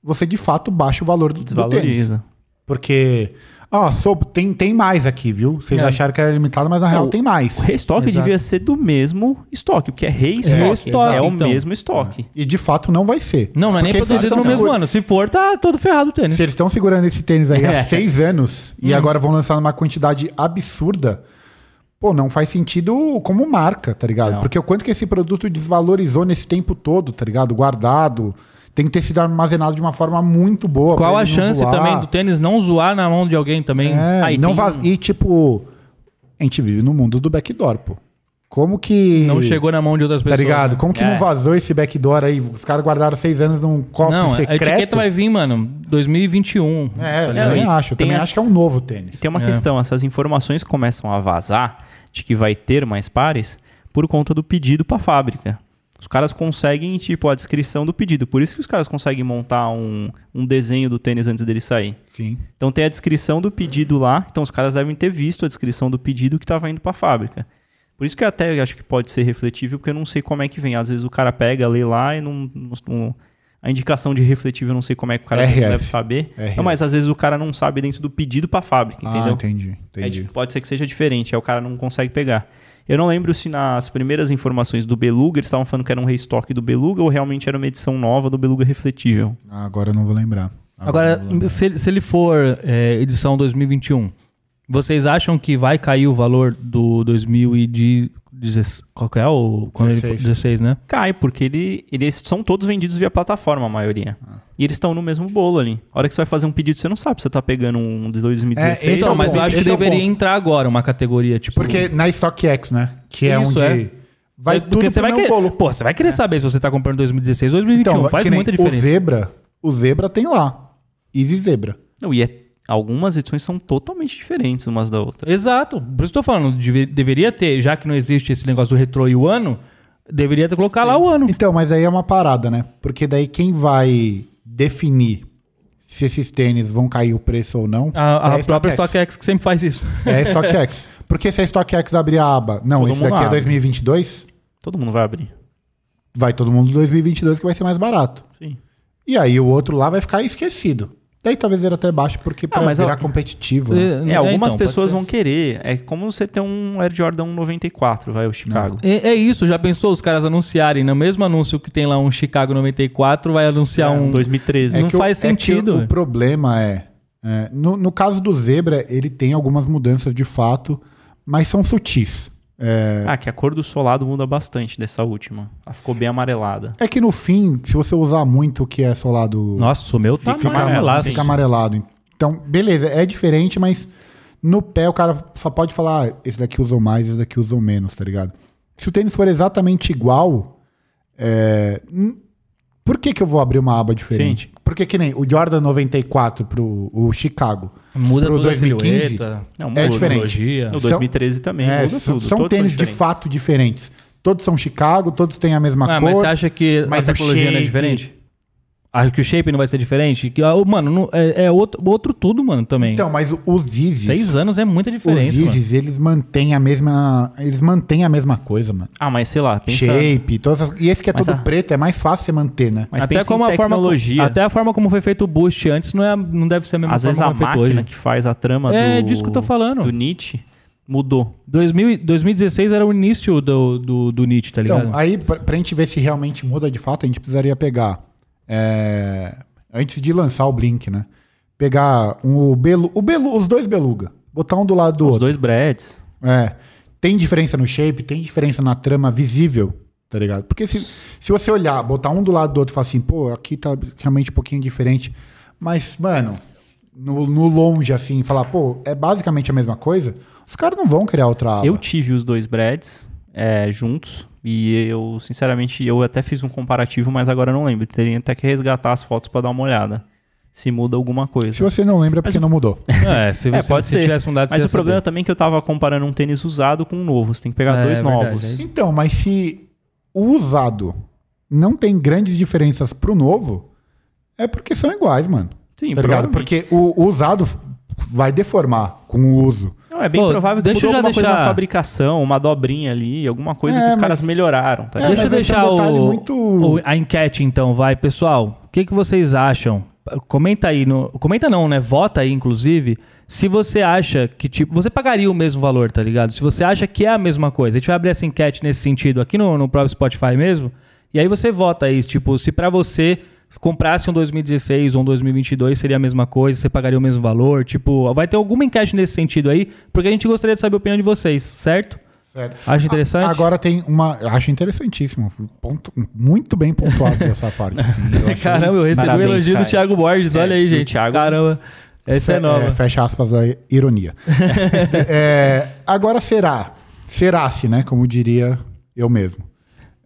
Speaker 3: você de fato baixa o valor do, do tênis.
Speaker 2: Desvaloriza.
Speaker 3: Porque, ó, sou- tem, tem mais aqui, viu? Vocês
Speaker 1: É.
Speaker 3: acharam que era limitado, mas na real
Speaker 2: o-
Speaker 3: tem mais.
Speaker 2: O restoque
Speaker 1: Exato.
Speaker 2: devia ser do mesmo estoque, porque é restoque.
Speaker 1: Restoque,
Speaker 2: É, o
Speaker 1: então.
Speaker 2: mesmo estoque.
Speaker 3: E de fato não vai ser.
Speaker 1: Não, não é nem
Speaker 3: Porque se eles
Speaker 1: produzido
Speaker 3: tão
Speaker 1: no mesmo
Speaker 3: segura-
Speaker 1: ano. Se for, tá todo ferrado o tênis.
Speaker 3: Se eles estão segurando esse tênis aí
Speaker 2: É.
Speaker 3: há seis anos
Speaker 1: Hum.
Speaker 3: e agora vão lançar numa quantidade absurda, pô, não faz sentido como marca, tá ligado?
Speaker 2: Não.
Speaker 3: Porque o quanto que esse produto desvalorizou nesse tempo todo, tá ligado? Guardado. Tem que ter sido armazenado de uma forma muito boa.
Speaker 1: Qual
Speaker 3: pra
Speaker 1: a
Speaker 3: ele não
Speaker 1: chance
Speaker 3: zoar.
Speaker 1: também do tênis não zoar na mão de alguém também?
Speaker 3: É,
Speaker 2: Ah, e
Speaker 3: não
Speaker 2: tem
Speaker 3: vaz-
Speaker 2: um-
Speaker 3: E tipo, a gente vive no mundo do backdoor, pô. Como que.
Speaker 1: Não chegou na mão de outras
Speaker 3: Tá
Speaker 1: pessoas.
Speaker 3: ligado?
Speaker 1: né?
Speaker 3: Como que
Speaker 2: É.
Speaker 3: não vazou esse backdoor aí? Os caras guardaram seis anos num cofre
Speaker 1: Não, a
Speaker 3: secreto.
Speaker 1: etiqueta vai vir, mano, 2021.
Speaker 3: É, eu
Speaker 2: Não,
Speaker 3: também
Speaker 2: e
Speaker 3: acho. Eu
Speaker 2: tem
Speaker 3: também
Speaker 2: a-
Speaker 3: acho que é um novo tênis.
Speaker 2: E tem uma questão, essas informações começam a vazar de que vai ter mais pares por conta do pedido para a fábrica. Os caras conseguem, tipo, a descrição do pedido. Por isso que os caras conseguem montar um, um desenho do tênis antes dele sair.
Speaker 3: Sim.
Speaker 2: Então tem a descrição do pedido lá. Então os caras devem ter visto a descrição do pedido que estava indo para a fábrica. Por isso que até eu acho que pode ser refletível, porque eu não sei como é que vem. Às vezes o cara pega, lê lá e não. não- não- a indicação de refletível eu não sei como é que o cara
Speaker 3: RF.
Speaker 2: deve saber.
Speaker 3: RF.
Speaker 2: Não, mas às vezes o cara não sabe dentro do pedido para a fábrica,
Speaker 3: Ah,
Speaker 2: entendeu?
Speaker 3: entendi.
Speaker 2: É,
Speaker 3: entendi.
Speaker 2: tipo, pode ser que seja diferente, aí o cara não consegue pegar. Eu não lembro se nas primeiras informações do Beluga eles estavam falando que era um restock do Beluga ou realmente era uma edição nova do Beluga refletível.
Speaker 3: Ah, agora eu não vou lembrar. eu
Speaker 2: Ah,
Speaker 1: Agora,
Speaker 3: não vou lembrar.
Speaker 1: se, ele- se ele for é, edição 2021, vocês acham que vai cair o valor do 2016? Qual que é o. Quando ele for-
Speaker 3: 16.
Speaker 1: 16, né?
Speaker 2: Cai, porque ele, eles são todos vendidos via plataforma, a maioria.
Speaker 3: Ah.
Speaker 2: E eles estão no mesmo bolo ali. A hora que você vai fazer um pedido, você não sabe se você tá pegando um de 2016.
Speaker 3: É, esse
Speaker 1: Então,
Speaker 3: é o
Speaker 1: mas eu
Speaker 3: ponto,
Speaker 1: acho que
Speaker 3: esse é o
Speaker 1: deveria
Speaker 3: ponto.
Speaker 1: entrar agora uma categoria, tipo.
Speaker 3: Porque na StockX, né? Que é
Speaker 1: Isso,
Speaker 3: onde
Speaker 1: é.
Speaker 3: vai
Speaker 1: Porque
Speaker 3: tudo
Speaker 1: você
Speaker 3: pro
Speaker 1: vai
Speaker 3: meu
Speaker 1: querer,
Speaker 3: bolo. Então,
Speaker 1: Pô, você vai querer saber se você tá comprando 2016 ou 2021.
Speaker 3: que
Speaker 1: Faz
Speaker 3: nem
Speaker 1: muita diferença.
Speaker 3: O Zebra, o Zebra tem lá. Easy Zebra.
Speaker 2: Não, e é- algumas edições são totalmente diferentes umas da outra.
Speaker 1: Exato. Por isso que eu tô falando, deve- deveria ter, já que não existe esse negócio do retro e o ano, deveria ter colocar lá o ano.
Speaker 3: Então, mas aí é uma parada, né? Porque daí quem vai definir se esses tênis vão cair o preço ou não
Speaker 1: A, a
Speaker 3: é
Speaker 1: própria StockX que sempre faz isso.
Speaker 3: É a StockX. Porque se a StockX abrir a aba, não,
Speaker 2: Todo
Speaker 3: esse
Speaker 2: mundo
Speaker 3: daqui é
Speaker 2: abre.
Speaker 3: 2022,
Speaker 2: Todo mundo vai abrir.
Speaker 3: vai todo mundo 2022 que vai ser mais barato.
Speaker 2: Sim.
Speaker 3: E aí o outro lá vai ficar esquecido. Daí talvez ele até baixo, porque pra
Speaker 2: Ah, mas, ó,
Speaker 3: virar competitivo. né?
Speaker 1: É,
Speaker 2: É, algumas
Speaker 1: então, pode
Speaker 2: pessoas
Speaker 1: ser.
Speaker 2: vão querer. É como você ter um Air Jordan 94, vai, o Chicago.
Speaker 1: É, é isso, já pensou os caras anunciarem no mesmo anúncio que tem lá um Chicago 94, vai anunciar
Speaker 2: É,
Speaker 1: um.
Speaker 2: 2013.
Speaker 1: não
Speaker 3: que
Speaker 1: faz
Speaker 3: o,
Speaker 1: sentido.
Speaker 3: É que o problema é, é, no, no caso do Zebra, ele tem algumas mudanças de fato, mas são sutis. É,
Speaker 2: Ah, que a cor do solado muda bastante dessa última. Ela ficou bem amarelada.
Speaker 3: é que no fim, se você usar muito o que é solado
Speaker 1: Nossa, o meu tá
Speaker 2: Fica
Speaker 1: amarelado.
Speaker 2: amarelado,
Speaker 3: fica amarelado. Então, beleza, é diferente, mas no pé o cara só pode falar, ah, esse daqui usou mais, esse daqui usou menos, tá ligado? Se o tênis for exatamente igual, é, hum, por que, que eu vou abrir uma aba diferente? Porque que nem o Jordan 94 pro o Chicago.
Speaker 1: Muda
Speaker 3: Pro
Speaker 1: toda
Speaker 3: 2015,
Speaker 1: a silhueta.
Speaker 2: Não,
Speaker 3: é
Speaker 2: muda.
Speaker 3: diferente.
Speaker 1: tecnologia.
Speaker 2: No
Speaker 3: São-
Speaker 2: 2013 também,
Speaker 3: É,
Speaker 2: muda
Speaker 3: são
Speaker 2: tudo.
Speaker 3: são
Speaker 2: todos
Speaker 3: tênis de
Speaker 2: diferentes.
Speaker 3: fato diferentes. Todos são Chicago, todos têm a mesma
Speaker 1: Ah,
Speaker 3: cor.
Speaker 1: mas você acha que
Speaker 3: mas
Speaker 1: a tecnologia
Speaker 3: o
Speaker 1: não é
Speaker 3: shape-
Speaker 1: diferente? Ah, que o shape não vai ser diferente? Que, ah, mano, não- é, é outro, outro tudo, mano, também.
Speaker 3: Então, mas os Yeezys,
Speaker 1: Seis anos é muita
Speaker 3: os
Speaker 1: diferença, mano.
Speaker 3: Yeezys, eles mantêm a mesma, eles mantêm a mesma coisa, mano.
Speaker 2: Ah, mas sei lá, pensa...
Speaker 3: shape, todas essas- e esse que é
Speaker 2: Mas
Speaker 3: todo
Speaker 2: a-
Speaker 3: preto, é mais fácil você manter, né?
Speaker 2: Mas
Speaker 1: até
Speaker 2: pensa
Speaker 1: como
Speaker 2: em
Speaker 1: a forma,
Speaker 2: tecnologia.
Speaker 1: até a forma como foi feito o boost antes não, é, não deve ser a mesma
Speaker 2: Às
Speaker 1: forma
Speaker 2: vezes a
Speaker 1: como é feito
Speaker 2: máquina
Speaker 1: hoje.
Speaker 2: que faz a trama
Speaker 1: É,
Speaker 2: do...
Speaker 1: disso que eu tô falando.
Speaker 2: Do Nietzsche mudou.
Speaker 1: 2000 e- 2016 era o início do, do, do Nietzsche, tá ligado?
Speaker 3: Então, aí pra, pra gente ver se realmente muda de fato, a gente precisaria pegar. é, antes de lançar o Blink, né? Pegar um, o, Belu, o Belu, os dois Beluga, botar um do lado do
Speaker 2: Os
Speaker 3: outro.
Speaker 2: dois Brads.
Speaker 3: É. Tem diferença no shape, tem diferença na trama visível, tá ligado? Porque se, se você olhar, botar um do lado do outro e falar assim, pô, aqui tá realmente um pouquinho diferente. Mas, mano, no, no longe, assim, falar, pô, é basicamente a mesma coisa, os caras não vão criar outra aba.
Speaker 2: Eu tive os dois Brads é, juntos. E eu, sinceramente, eu até fiz um comparativo, mas agora eu não lembro. Teria até que resgatar as fotos pra dar uma olhada. Se muda alguma coisa.
Speaker 3: Se você não lembra, é porque não mudou.
Speaker 1: É, se
Speaker 2: É,
Speaker 1: você
Speaker 2: pode
Speaker 1: se
Speaker 2: ser.
Speaker 1: tivesse mudado, você
Speaker 2: Mas
Speaker 1: ia
Speaker 2: o problema também é que eu tava comparando um tênis usado com um novo. Você tem que pegar
Speaker 1: É,
Speaker 2: dois
Speaker 1: é verdade,
Speaker 2: novos.
Speaker 1: é.
Speaker 3: Então, mas se o usado não tem grandes diferenças pro novo, é porque são iguais, mano.
Speaker 2: Sim,
Speaker 3: tá ligado?
Speaker 2: provavelmente.
Speaker 3: Porque o, o usado f- vai deformar com o uso.
Speaker 2: Não, é bem
Speaker 1: Pô,
Speaker 2: provável que
Speaker 1: deixa
Speaker 2: mudou
Speaker 1: eu já
Speaker 2: alguma coisa
Speaker 1: deixar-
Speaker 2: na fabricação, uma dobrinha ali, alguma coisa
Speaker 3: É,
Speaker 2: que os
Speaker 3: mas-
Speaker 2: caras melhoraram, tá
Speaker 3: É,
Speaker 2: ligado?
Speaker 1: Deixa eu
Speaker 3: mas vai ser um
Speaker 1: deixar
Speaker 3: detalhe
Speaker 1: o,
Speaker 3: muito-
Speaker 1: o- a enquete então, vai. Pessoal, o que, que vocês acham? Comenta aí no. Comenta não, né? Vota aí, inclusive, se você acha que, tipo, você pagaria o mesmo valor, tá ligado? Se você acha que é a mesma coisa. A gente vai abrir essa enquete nesse sentido aqui no, no próprio Spotify mesmo. E aí você vota aí, tipo, se pra você comprasse um 2016 ou um 2022 seria a mesma coisa, você pagaria o mesmo valor, tipo, vai ter alguma enquete nesse sentido aí, porque a gente gostaria de saber a opinião de vocês, certo?
Speaker 3: Certo.
Speaker 1: Acha interessante?
Speaker 3: A- Agora tem uma. eu Acho interessantíssimo. um Ponto, muito bem pontuado dessa parte. assim, eu achei-
Speaker 1: Caramba, eu recebi
Speaker 2: Parabéns,
Speaker 1: um elogio
Speaker 2: cara.
Speaker 1: do Thiago Borges,
Speaker 2: É,
Speaker 1: olha aí,
Speaker 2: do
Speaker 1: gente.
Speaker 2: Thiago.
Speaker 1: Caramba, essa é
Speaker 3: Fe-
Speaker 1: nova.
Speaker 3: fecha aspas da ironia. É, agora será, será-se, né? Como diria eu mesmo.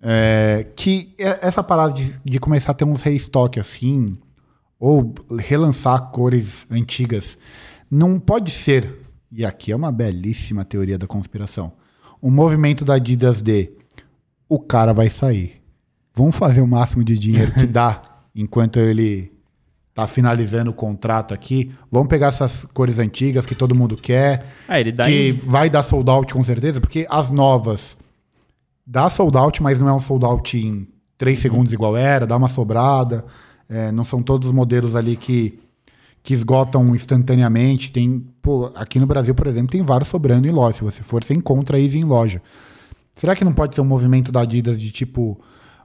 Speaker 3: é, que e- essa parada de, de começar a ter uns restock assim, ou relançar cores antigas, não pode ser, e aqui é uma belíssima teoria da conspiração, um movimento da Adidas de o cara vai sair. Vamos fazer o máximo de dinheiro que dá enquanto ele tá finalizando o contrato aqui. Vamos pegar essas cores antigas que todo mundo quer,
Speaker 2: Ah, ele dá
Speaker 3: que
Speaker 2: em-
Speaker 3: vai dar sold out com certeza, porque as novas dá sold out, mas não é um sold out em 3 segundos igual era, dá uma sobrada. É, não são todos os modelos ali que, que esgotam instantaneamente. Tem, pô, aqui no Brasil, por exemplo, tem vários sobrando em loja. Se você for, você encontra aí em loja. Será que não pode ser um movimento da Adidas de tipo,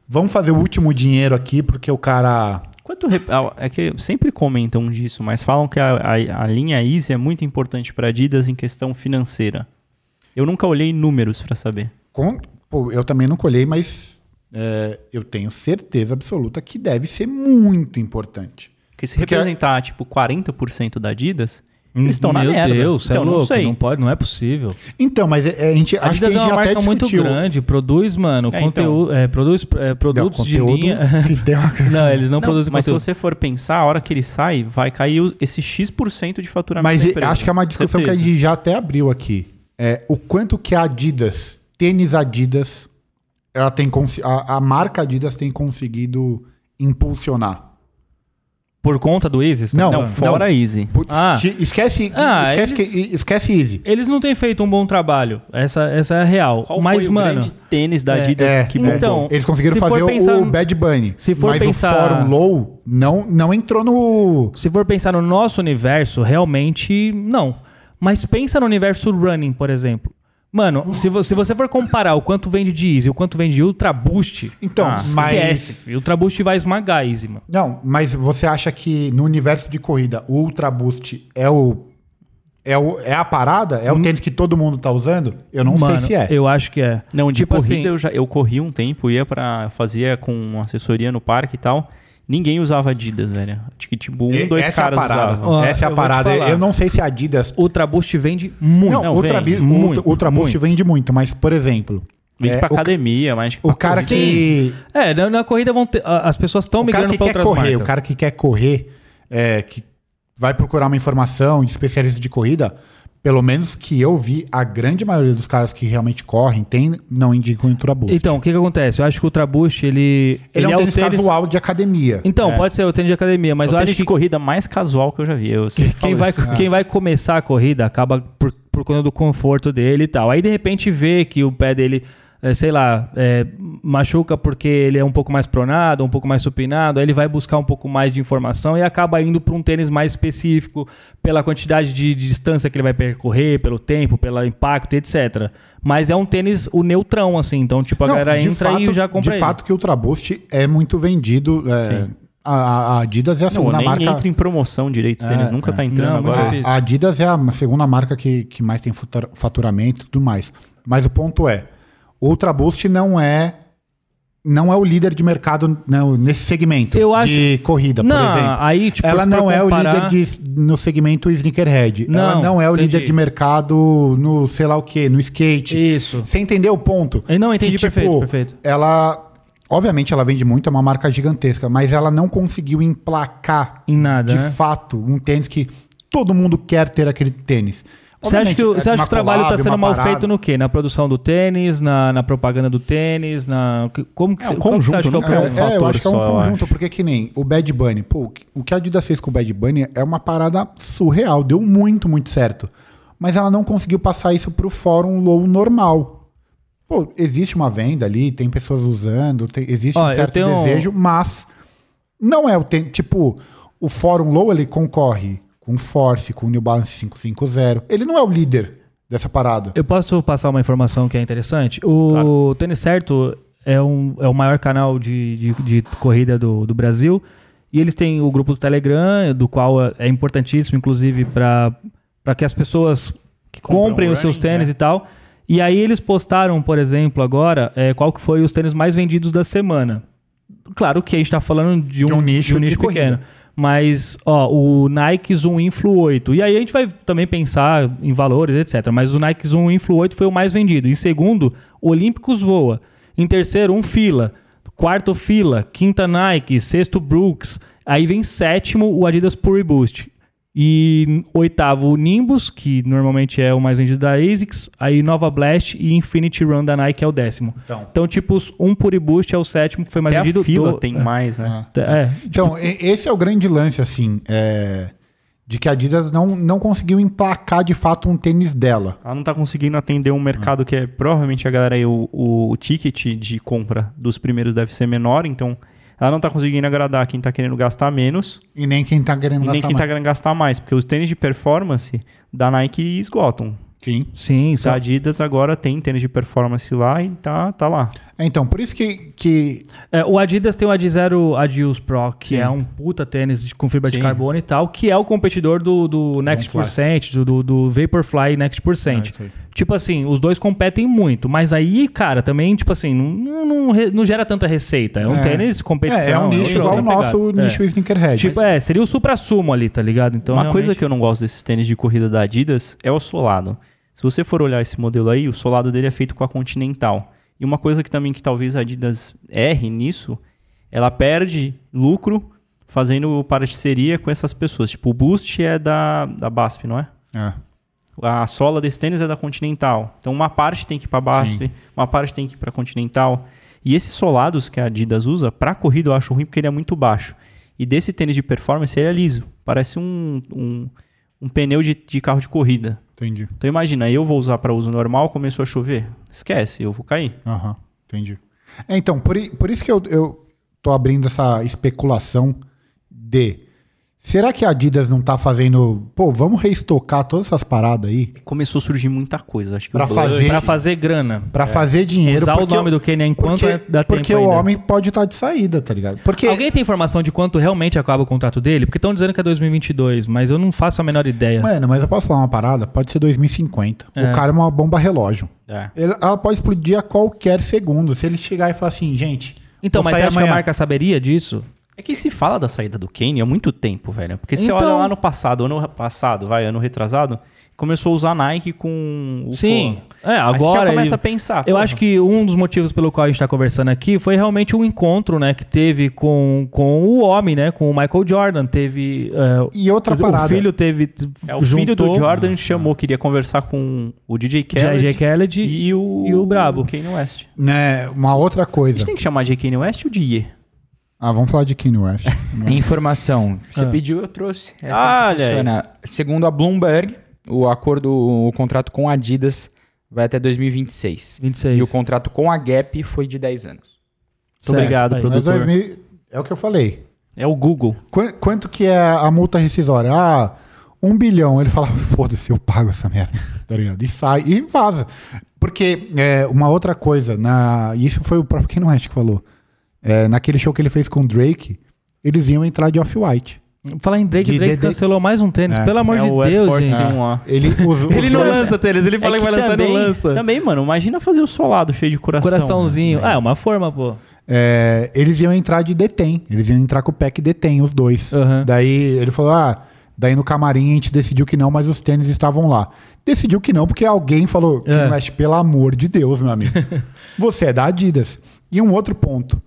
Speaker 3: vamos fazer o último dinheiro aqui porque o cara
Speaker 2: Quanto rep- ah, é que sempre comentam disso, mas falam que a, a- a linha Easy é muito importante para Adidas em questão financeira. Eu nunca olhei números para saber.
Speaker 3: Com- pô, eu também não colhei, mas é, eu tenho certeza absoluta que deve ser muito importante.
Speaker 2: Porque se
Speaker 3: Porque- Hum,
Speaker 2: representar tipo 40% da Adidas, eles estão na
Speaker 1: Meu
Speaker 2: merda.
Speaker 1: Deus,
Speaker 2: então
Speaker 1: é louco,
Speaker 2: não sei.
Speaker 1: pode, não é possível.
Speaker 3: Então, mas é- é, a gente
Speaker 1: A
Speaker 3: acho que a
Speaker 1: Adidas
Speaker 3: gente
Speaker 1: é uma
Speaker 3: até
Speaker 1: marca muito
Speaker 3: discutiu.
Speaker 1: grande, produz, mano,
Speaker 2: É, então.
Speaker 1: conteúdo, é, produz é,
Speaker 3: Não,
Speaker 1: produtos de
Speaker 3: conteúdo,
Speaker 1: linha.
Speaker 3: se der uma-
Speaker 1: Não, eles
Speaker 3: um
Speaker 1: não,
Speaker 2: Não,
Speaker 1: produzem
Speaker 2: mas se
Speaker 1: conteúdo.
Speaker 2: você for pensar, a hora que ele sai, vai cair o- esse X% de faturamento.
Speaker 3: Mas
Speaker 2: da
Speaker 3: e-
Speaker 2: empresa.
Speaker 3: acho que é uma discussão que a
Speaker 2: Certeza.
Speaker 3: gente já até abriu aqui. É, o quanto que a Adidas, tênis Adidas, ela tem consi- a, a marca Adidas tem conseguido impulsionar.
Speaker 1: Por conta do Isis? tá
Speaker 3: Não,
Speaker 1: falando?
Speaker 2: Não, fora Easy.
Speaker 3: Putz,
Speaker 1: Ah.
Speaker 3: te- esquece,
Speaker 1: Ah,
Speaker 3: esquece,
Speaker 1: eles-
Speaker 3: que- esquece Easy.
Speaker 1: Eles não têm feito um bom trabalho. Essa, essa é a real.
Speaker 2: Qual
Speaker 1: Mas,
Speaker 2: foi o
Speaker 1: mano.
Speaker 2: grande tênis da
Speaker 1: É,
Speaker 2: Adidas
Speaker 3: é,
Speaker 2: que
Speaker 3: é.
Speaker 2: bombou?
Speaker 1: Então,
Speaker 3: Eles conseguiram
Speaker 1: se for
Speaker 3: fazer o-
Speaker 1: pensar-
Speaker 3: o Bad Bunny.
Speaker 1: se for
Speaker 3: mas
Speaker 1: pensar-
Speaker 3: o Fórum Low não, não entrou no.
Speaker 1: Se for pensar no nosso universo, realmente não. Mas pensa no universo running, por exemplo. Mano, se, vo- se você for comparar o quanto vende de Easy e o quanto vende de Ultra Boost,
Speaker 3: Então,
Speaker 2: Ah,
Speaker 3: mas.
Speaker 1: esquece. filho. Ultra Boost vai esmagar Easy, mano.
Speaker 3: Não, mas você acha que no universo de corrida, o Ultra Boost é o. É, o, é a parada? É o tênis que todo mundo tá usando? Eu não
Speaker 1: Mano,
Speaker 3: sei se é.
Speaker 1: Eu acho que é.
Speaker 2: Não, de
Speaker 1: Tipo
Speaker 2: corrida
Speaker 1: assim-
Speaker 2: eu já eu corri um tempo, ia para fazia com assessoria no parque e tal. Ninguém usava Adidas, velho. Acho que tipo um,
Speaker 3: E-
Speaker 2: dois
Speaker 3: Essa
Speaker 2: caras
Speaker 3: é a parada.
Speaker 2: usavam.
Speaker 1: Ó,
Speaker 3: Essa
Speaker 1: eu
Speaker 3: é a
Speaker 1: vou te
Speaker 3: parada.
Speaker 1: falar.
Speaker 3: Eu não sei se a Adidas.
Speaker 1: Ultra Boost vende muito.
Speaker 3: não, o Ultra,
Speaker 2: vende
Speaker 3: Bi- o Ultra-
Speaker 1: muito,
Speaker 3: Ultra Boost
Speaker 1: muito.
Speaker 3: vende muito, mas, por exemplo,
Speaker 2: Vende
Speaker 3: é,
Speaker 2: pra
Speaker 3: o-
Speaker 2: academia, mas
Speaker 3: o
Speaker 2: pra
Speaker 3: cara
Speaker 2: corrida.
Speaker 3: que.
Speaker 1: É, na, na corrida vão ter, a- as pessoas estão
Speaker 3: O cara
Speaker 1: migrando
Speaker 3: que
Speaker 1: para
Speaker 3: quer
Speaker 1: outras
Speaker 3: correr,
Speaker 1: marcas.
Speaker 3: o cara que quer correr, é, que vai procurar uma informação de especialista de corrida, pelo menos que eu vi, a grande maioria dos caras que realmente correm tem, não indicam o Ultra Boost.
Speaker 1: Então, o que, que acontece? Eu acho que o Ultra Boost, ele.
Speaker 3: ele, é um
Speaker 1: o
Speaker 3: tênis, casual de academia.
Speaker 1: Então, pode ser o tênis de academia,
Speaker 2: É
Speaker 1: mas
Speaker 2: o
Speaker 1: eu
Speaker 2: tênis
Speaker 1: acho
Speaker 2: de
Speaker 1: que
Speaker 2: corrida mais casual que eu já vi. Eu sempre
Speaker 1: quem
Speaker 2: falo
Speaker 1: vai,
Speaker 2: isso.
Speaker 3: Ah.
Speaker 1: quem vai começar a corrida acaba por, por conta do conforto dele e tal. Aí de repente vê que o pé dele, é, sei lá, é, machuca porque ele é um pouco mais pronado, um pouco mais supinado. Aí ele vai buscar um pouco mais de informação e acaba indo para um tênis mais específico pela quantidade de, de distância que ele vai percorrer, pelo tempo, pelo impacto, etc. Mas é um tênis o neutrão, assim. Então, tipo, a
Speaker 3: Não,
Speaker 1: galera
Speaker 3: de
Speaker 1: entra
Speaker 3: fato-
Speaker 1: e já compra
Speaker 3: De
Speaker 1: ele.
Speaker 3: fato que o Ultra Boost é muito vendido. é, a, a Adidas é a
Speaker 2: Não,
Speaker 3: segunda
Speaker 2: nem
Speaker 3: marca.
Speaker 2: entra em promoção direito o tênis. nunca tá entrando
Speaker 1: É, Não, muito
Speaker 2: agora.
Speaker 1: difícil.
Speaker 3: A Adidas é a segunda marca que, que mais tem futura- faturamento e tudo mais. Mas o ponto é, o Ultra Boost não é não é o líder de mercado não, nesse segmento
Speaker 1: Eu acho-
Speaker 3: de corrida, por
Speaker 1: Não,
Speaker 3: exemplo.
Speaker 1: aí, tipo,
Speaker 3: Ela
Speaker 1: se for
Speaker 3: não é o líder
Speaker 1: comparar-
Speaker 3: de, no segmento sneakerhead. Ela
Speaker 1: Não,
Speaker 3: não é o líder
Speaker 1: entendi.
Speaker 3: de mercado no sei lá o que, no skate.
Speaker 1: Isso.
Speaker 3: Você entendeu o ponto? tipo,
Speaker 1: Eu não entendi, perfeito, perfeito.
Speaker 3: Ela, obviamente, ela vende muito, é uma marca gigantesca, mas ela não conseguiu emplacar
Speaker 1: Em nada,
Speaker 3: de
Speaker 1: né?
Speaker 3: fato um tênis que todo mundo quer ter aquele tênis.
Speaker 1: Você acha que, o-
Speaker 3: Obviamente,
Speaker 1: você
Speaker 3: é
Speaker 1: acha que
Speaker 3: uma
Speaker 1: o trabalho está
Speaker 3: collab,
Speaker 1: sendo
Speaker 3: uma
Speaker 1: mal
Speaker 3: parada.
Speaker 1: feito no quê? Na produção do tênis, na, na propaganda do tênis, na. que- Como que
Speaker 2: É
Speaker 1: você-
Speaker 2: um
Speaker 1: qual que você
Speaker 2: conjunto,
Speaker 1: acha que é o
Speaker 2: nunca é um
Speaker 1: problema?
Speaker 3: É, é, eu
Speaker 2: fator
Speaker 3: acho que é um
Speaker 2: só, eu
Speaker 3: conjunto, porque que nem o Bad Bunny. Pô, o que- o que a Adidas fez com o Bad Bunny é uma parada surreal, deu muito, muito certo. Mas ela não conseguiu passar isso pro fórum low normal. Pô, existe uma venda ali, tem pessoas usando, tem- existe
Speaker 1: Ó,
Speaker 3: um
Speaker 1: eu
Speaker 3: certo
Speaker 1: tenho-
Speaker 3: desejo, mas não é o tempo. Tipo, O Fórum Low, ele concorre com Force, com New Balance 550. Ele não é o líder dessa parada.
Speaker 1: Eu posso passar uma informação que é interessante? O Tênis Certo é, um, é o maior canal de, de, de corrida do, do Brasil. E eles têm o grupo do Telegram, do qual é- é importantíssimo, inclusive, para que as pessoas
Speaker 2: compram
Speaker 1: comprem os seus
Speaker 2: running,
Speaker 1: tênis
Speaker 2: né?
Speaker 1: e tal. E aí eles postaram, por exemplo, agora, eh, qual que foi os tênis mais vendidos da semana. Claro que a gente está falando de um,
Speaker 3: De um nicho
Speaker 1: pequeno.
Speaker 3: de corrida.
Speaker 1: Mas, ó, o Nike Zoom Influ 8. E aí a gente vai também pensar em valores, etc. Mas o Nike Zoom Influ 8 foi o mais vendido. Em segundo, Olímpicos Voa. Em terceiro, um Fila. Quarto, Fila. Quinta, Nike. Sexto, Brooks. Aí vem sétimo, o Adidas Pure Boost. E oitavo, o Nimbus, que normalmente é o mais vendido da ASICS. Aí Nova Blast e Infinity Run da Nike é o décimo.
Speaker 3: Então.
Speaker 1: Então, tipo, os- um Pure Boost é o sétimo que foi mais
Speaker 2: Até
Speaker 1: vendido.
Speaker 2: a fila
Speaker 1: do-
Speaker 2: tem mais, né?
Speaker 1: É,
Speaker 3: Então, e- esse é o grande lance, assim, é, de que a Adidas não, não conseguiu emplacar de fato um tênis dela.
Speaker 2: Ela não tá conseguindo atender um mercado que é provavelmente a galera aí, o, o ticket de compra dos primeiros deve ser menor, então ela não tá conseguindo agradar quem tá querendo gastar menos
Speaker 3: E nem quem tá
Speaker 2: e
Speaker 3: querendo
Speaker 2: nem
Speaker 3: gastar
Speaker 2: quem tá
Speaker 3: mais.
Speaker 2: querendo gastar mais, porque os tênis de performance da Nike esgotam.
Speaker 3: Sim.
Speaker 1: sim,
Speaker 2: A
Speaker 1: são-
Speaker 2: Adidas agora tem tênis de performance lá e tá, tá lá.
Speaker 3: É, Então, por isso que, que
Speaker 1: É, o Adidas tem o Adizero Adios Pro, que é um puta tênis de- com fibra de
Speaker 2: Sim.
Speaker 1: carbono e tal, que é o competidor do, do Next
Speaker 3: Fly.
Speaker 1: Percent, do, do, do Vaporfly Next Percent.
Speaker 3: Ah, isso aí.
Speaker 1: tipo assim, os dois competem muito, mas aí, cara, também, tipo assim, não, não, não re- não gera tanta receita. É um
Speaker 3: É.
Speaker 1: tênis, competição.
Speaker 3: é, é um
Speaker 1: outra
Speaker 3: nicho igual o
Speaker 1: pegada.
Speaker 3: nosso
Speaker 1: É.
Speaker 3: nicho sneakerhead.
Speaker 1: Tipo, é, seria o supra-sumo ali, tá ligado? Então,
Speaker 2: Uma
Speaker 1: realmente-
Speaker 2: coisa que eu não gosto desses tênis de corrida da Adidas é o solado. Se você for olhar esse modelo aí, o solado dele é feito com a Continental. E uma coisa que também que talvez a Adidas erre nisso, ela perde lucro fazendo parceria com essas pessoas. Tipo, o Boost é da, da BASP, não é?
Speaker 3: É.
Speaker 2: A sola desse tênis é da Continental. Então uma parte tem que ir para BASP, uma parte tem que ir para Continental. E esses solados que a Adidas usa, para corrida eu acho ruim porque ele é muito baixo. E desse tênis de performance ele é liso. Parece um, um, um pneu de, de carro de corrida.
Speaker 3: Entendi.
Speaker 2: Então imagina, eu vou usar para uso normal, começou a chover. Esquece, eu vou cair.
Speaker 3: Aham, entendi. É, então, por, i- por isso que eu, eu tô abrindo essa especulação de. Será que a Adidas não tá fazendo. Pô, vamos reestocar todas essas paradas aí?
Speaker 2: Começou a surgir muita coisa. Acho que
Speaker 3: Pra
Speaker 2: o é Blur-
Speaker 3: fazer-
Speaker 1: Pra fazer grana.
Speaker 3: Pra fazer dinheiro.
Speaker 1: É. Usar o
Speaker 3: porque
Speaker 1: nome do Kenya enquanto
Speaker 3: porque,
Speaker 1: é- dá tempo
Speaker 3: Porque o
Speaker 1: ainda.
Speaker 3: homem pode estar de saída, tá ligado? Porque.
Speaker 1: Alguém tem informação de quanto realmente acaba o contrato dele? Porque estão dizendo que é 2022, mas eu não faço a menor ideia.
Speaker 3: Mano, mas eu posso falar uma parada? Pode ser 2050. O cara é uma bomba relógio.
Speaker 2: É.
Speaker 3: Ele- Ela pode explodir a qualquer segundo. Se ele chegar e falar assim, gente.
Speaker 1: Então,
Speaker 3: vou
Speaker 1: mas você
Speaker 3: sair
Speaker 1: acha que a
Speaker 3: amanhã.
Speaker 1: marca saberia disso?
Speaker 2: É que se fala da saída do Kane há muito tempo, velho. Porque se
Speaker 1: Então-
Speaker 2: você olha lá no passado, ano passado, vai, ano retrasado, começou a usar Nike com o
Speaker 1: Sim.
Speaker 2: Pô.
Speaker 1: É,
Speaker 2: Aí você
Speaker 1: agora.
Speaker 2: já começa
Speaker 1: ele-
Speaker 2: a pensar.
Speaker 1: Eu
Speaker 2: porra.
Speaker 1: acho que um dos motivos pelo qual a gente está conversando aqui foi realmente um encontro, né, que teve com, com o homem, né, com o Michael Jordan, teve é,
Speaker 3: E outra
Speaker 1: quer dizer,
Speaker 3: parada.
Speaker 1: o filho teve
Speaker 2: É, o filho do Jordan chamou, queria conversar com o DJ Khaled,
Speaker 1: J.J. Khaled
Speaker 2: e o
Speaker 1: e o brabo.
Speaker 2: Kanye West.
Speaker 3: Né, uma outra
Speaker 2: A
Speaker 3: coisa.
Speaker 2: gente tem que chamar de Kanye West ou de Ye?
Speaker 3: Ah, vamos falar de Kanye West.
Speaker 4: Informação. Você É.
Speaker 1: Ah.
Speaker 4: pediu, eu trouxe. Essa
Speaker 2: Ah,
Speaker 4: que
Speaker 2: olha aí.
Speaker 4: funciona. Segundo a Bloomberg, o acordo, o contrato com a Adidas vai até 2026.
Speaker 1: 26.
Speaker 4: E o contrato com a Gap foi de 10 anos.
Speaker 2: Muito obrigado,
Speaker 1: Aí.
Speaker 3: Mas
Speaker 2: produtor.
Speaker 3: 2000 é o que eu falei.
Speaker 2: É o Google.
Speaker 3: Qu- quanto que é a multa rescisória? Ah, um bilhão. Ele fala, foda-se, eu pago essa merda. Tá ligado? E sai e vaza. Porque é, uma outra coisa, na, e isso foi o próprio Ken West que falou. É, naquele show que ele fez com o Drake, eles iam entrar de off-white.
Speaker 1: Falar em Drake,
Speaker 3: De-
Speaker 1: Drake
Speaker 3: de- de-
Speaker 1: cancelou mais um tênis, pelo amor
Speaker 2: É
Speaker 1: de
Speaker 2: o Air
Speaker 1: Deus,
Speaker 2: Force
Speaker 1: gente.
Speaker 2: One lá.
Speaker 3: Ah, Ele, os, os
Speaker 1: Ele não
Speaker 3: dois-
Speaker 1: lança tênis, ele fala
Speaker 2: É
Speaker 1: que vai
Speaker 2: que
Speaker 1: lançar,
Speaker 2: também,
Speaker 1: não lança.
Speaker 2: Também, mano, imagina fazer o solado cheio de coração.
Speaker 1: Coraçãozinho. Ah, é uma forma, pô.
Speaker 3: É, eles iam entrar de detém. Eles iam entrar com o pack detém, os dois.
Speaker 1: Aham.
Speaker 3: Daí ele falou: ah, daí no camarim a gente decidiu que não, mas os tênis estavam lá. Decidiu que não, porque alguém falou:
Speaker 1: É.
Speaker 3: é. mas pelo amor de Deus, meu amigo. Você é da Adidas. E um outro ponto.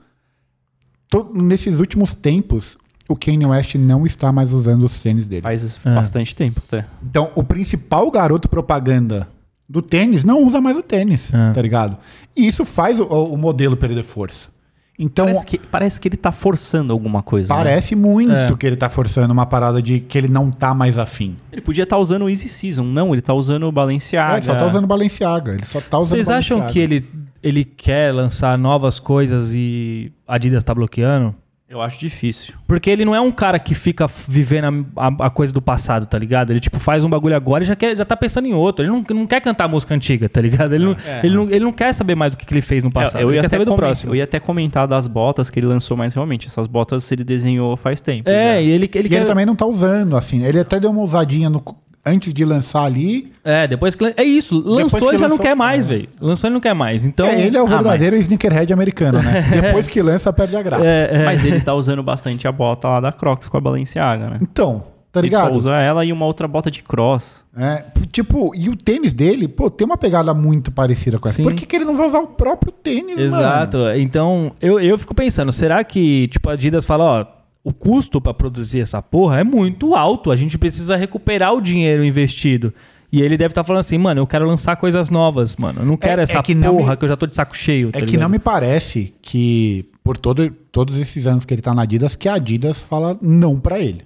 Speaker 3: To- nesses últimos tempos, o Kanye West não está mais usando os tênis dele.
Speaker 2: Faz
Speaker 1: É.
Speaker 2: bastante tempo tá? até.
Speaker 3: Então, o principal garoto propaganda do tênis não usa mais o tênis,
Speaker 1: É.
Speaker 3: tá ligado? E isso faz o, o modelo perder força. Então,
Speaker 2: Parece que, parece que ele tá forçando alguma coisa. né?
Speaker 3: Parece muito
Speaker 1: É.
Speaker 3: que ele tá forçando uma parada de que ele não tá mais afim.
Speaker 2: Ele podia estar usando o Easy Season. Não, ele tá usando o
Speaker 3: É,
Speaker 2: Balenciaga.
Speaker 3: ele só tá usando Balenciaga. Ele só tá usando
Speaker 1: Ah, Vocês acham
Speaker 3: Balenciaga.
Speaker 1: que ele, ele quer lançar novas coisas e a Adidas tá bloqueando?
Speaker 2: Eu acho difícil.
Speaker 1: Porque ele não é um cara que fica f- vivendo a, a- a coisa do passado, tá ligado? Ele, tipo, faz um bagulho agora e já, quer, já tá pensando em outro. Ele não, não quer cantar música antiga, tá ligado? Ele, não, ele, não, ele não quer saber mais do que, que ele fez no passado.
Speaker 2: É. eu, eu
Speaker 1: ele
Speaker 2: ia
Speaker 1: quer
Speaker 2: até
Speaker 1: saber do
Speaker 2: comen-
Speaker 1: próximo.
Speaker 2: Eu ia até comentar das botas que ele lançou, mas realmente, essas botas ele desenhou faz tempo. né?
Speaker 1: É,
Speaker 2: já.
Speaker 1: e ele, ele
Speaker 3: E
Speaker 1: quer...
Speaker 3: ele também não tá usando, assim. Ele até deu uma ousadinha no- antes de lançar ali.
Speaker 1: É, depois que... lan- É isso.
Speaker 3: Depois
Speaker 1: Lançou,
Speaker 3: que
Speaker 1: ele já não
Speaker 3: lançou-
Speaker 1: quer mais, velho. Lançou, ele não quer mais. Então...
Speaker 3: é, ele é o
Speaker 1: Ah, mas-
Speaker 3: verdadeiro sneakerhead americano, né? Depois que lança, perde a
Speaker 1: É,
Speaker 3: graça.
Speaker 2: Mas ele tá usando bastante a bota lá da Crocs com a Balenciaga, né?
Speaker 3: Então, tá
Speaker 2: ele só
Speaker 3: ligado?
Speaker 2: usa ela e uma outra bota de cross.
Speaker 3: É, p- tipo, e o tênis dele, pô, tem uma pegada muito parecida com essa.
Speaker 1: Sim.
Speaker 3: Por que, que ele não vai usar o próprio tênis, mano?
Speaker 1: Exato. Então, eu, eu fico pensando, será que, tipo, a Adidas fala, ó, o custo pra produzir essa porra é muito alto, a gente precisa recuperar o dinheiro investido. E ele deve estar falando assim, mano, eu quero lançar coisas novas, mano. Eu não quero
Speaker 3: é
Speaker 1: essa
Speaker 3: que não
Speaker 1: porra
Speaker 3: me-
Speaker 1: que eu já tô de saco cheio. tá
Speaker 3: É que não me parece que, por todo, todos esses anos que ele tá na Adidas, que a Adidas fala não pra ele.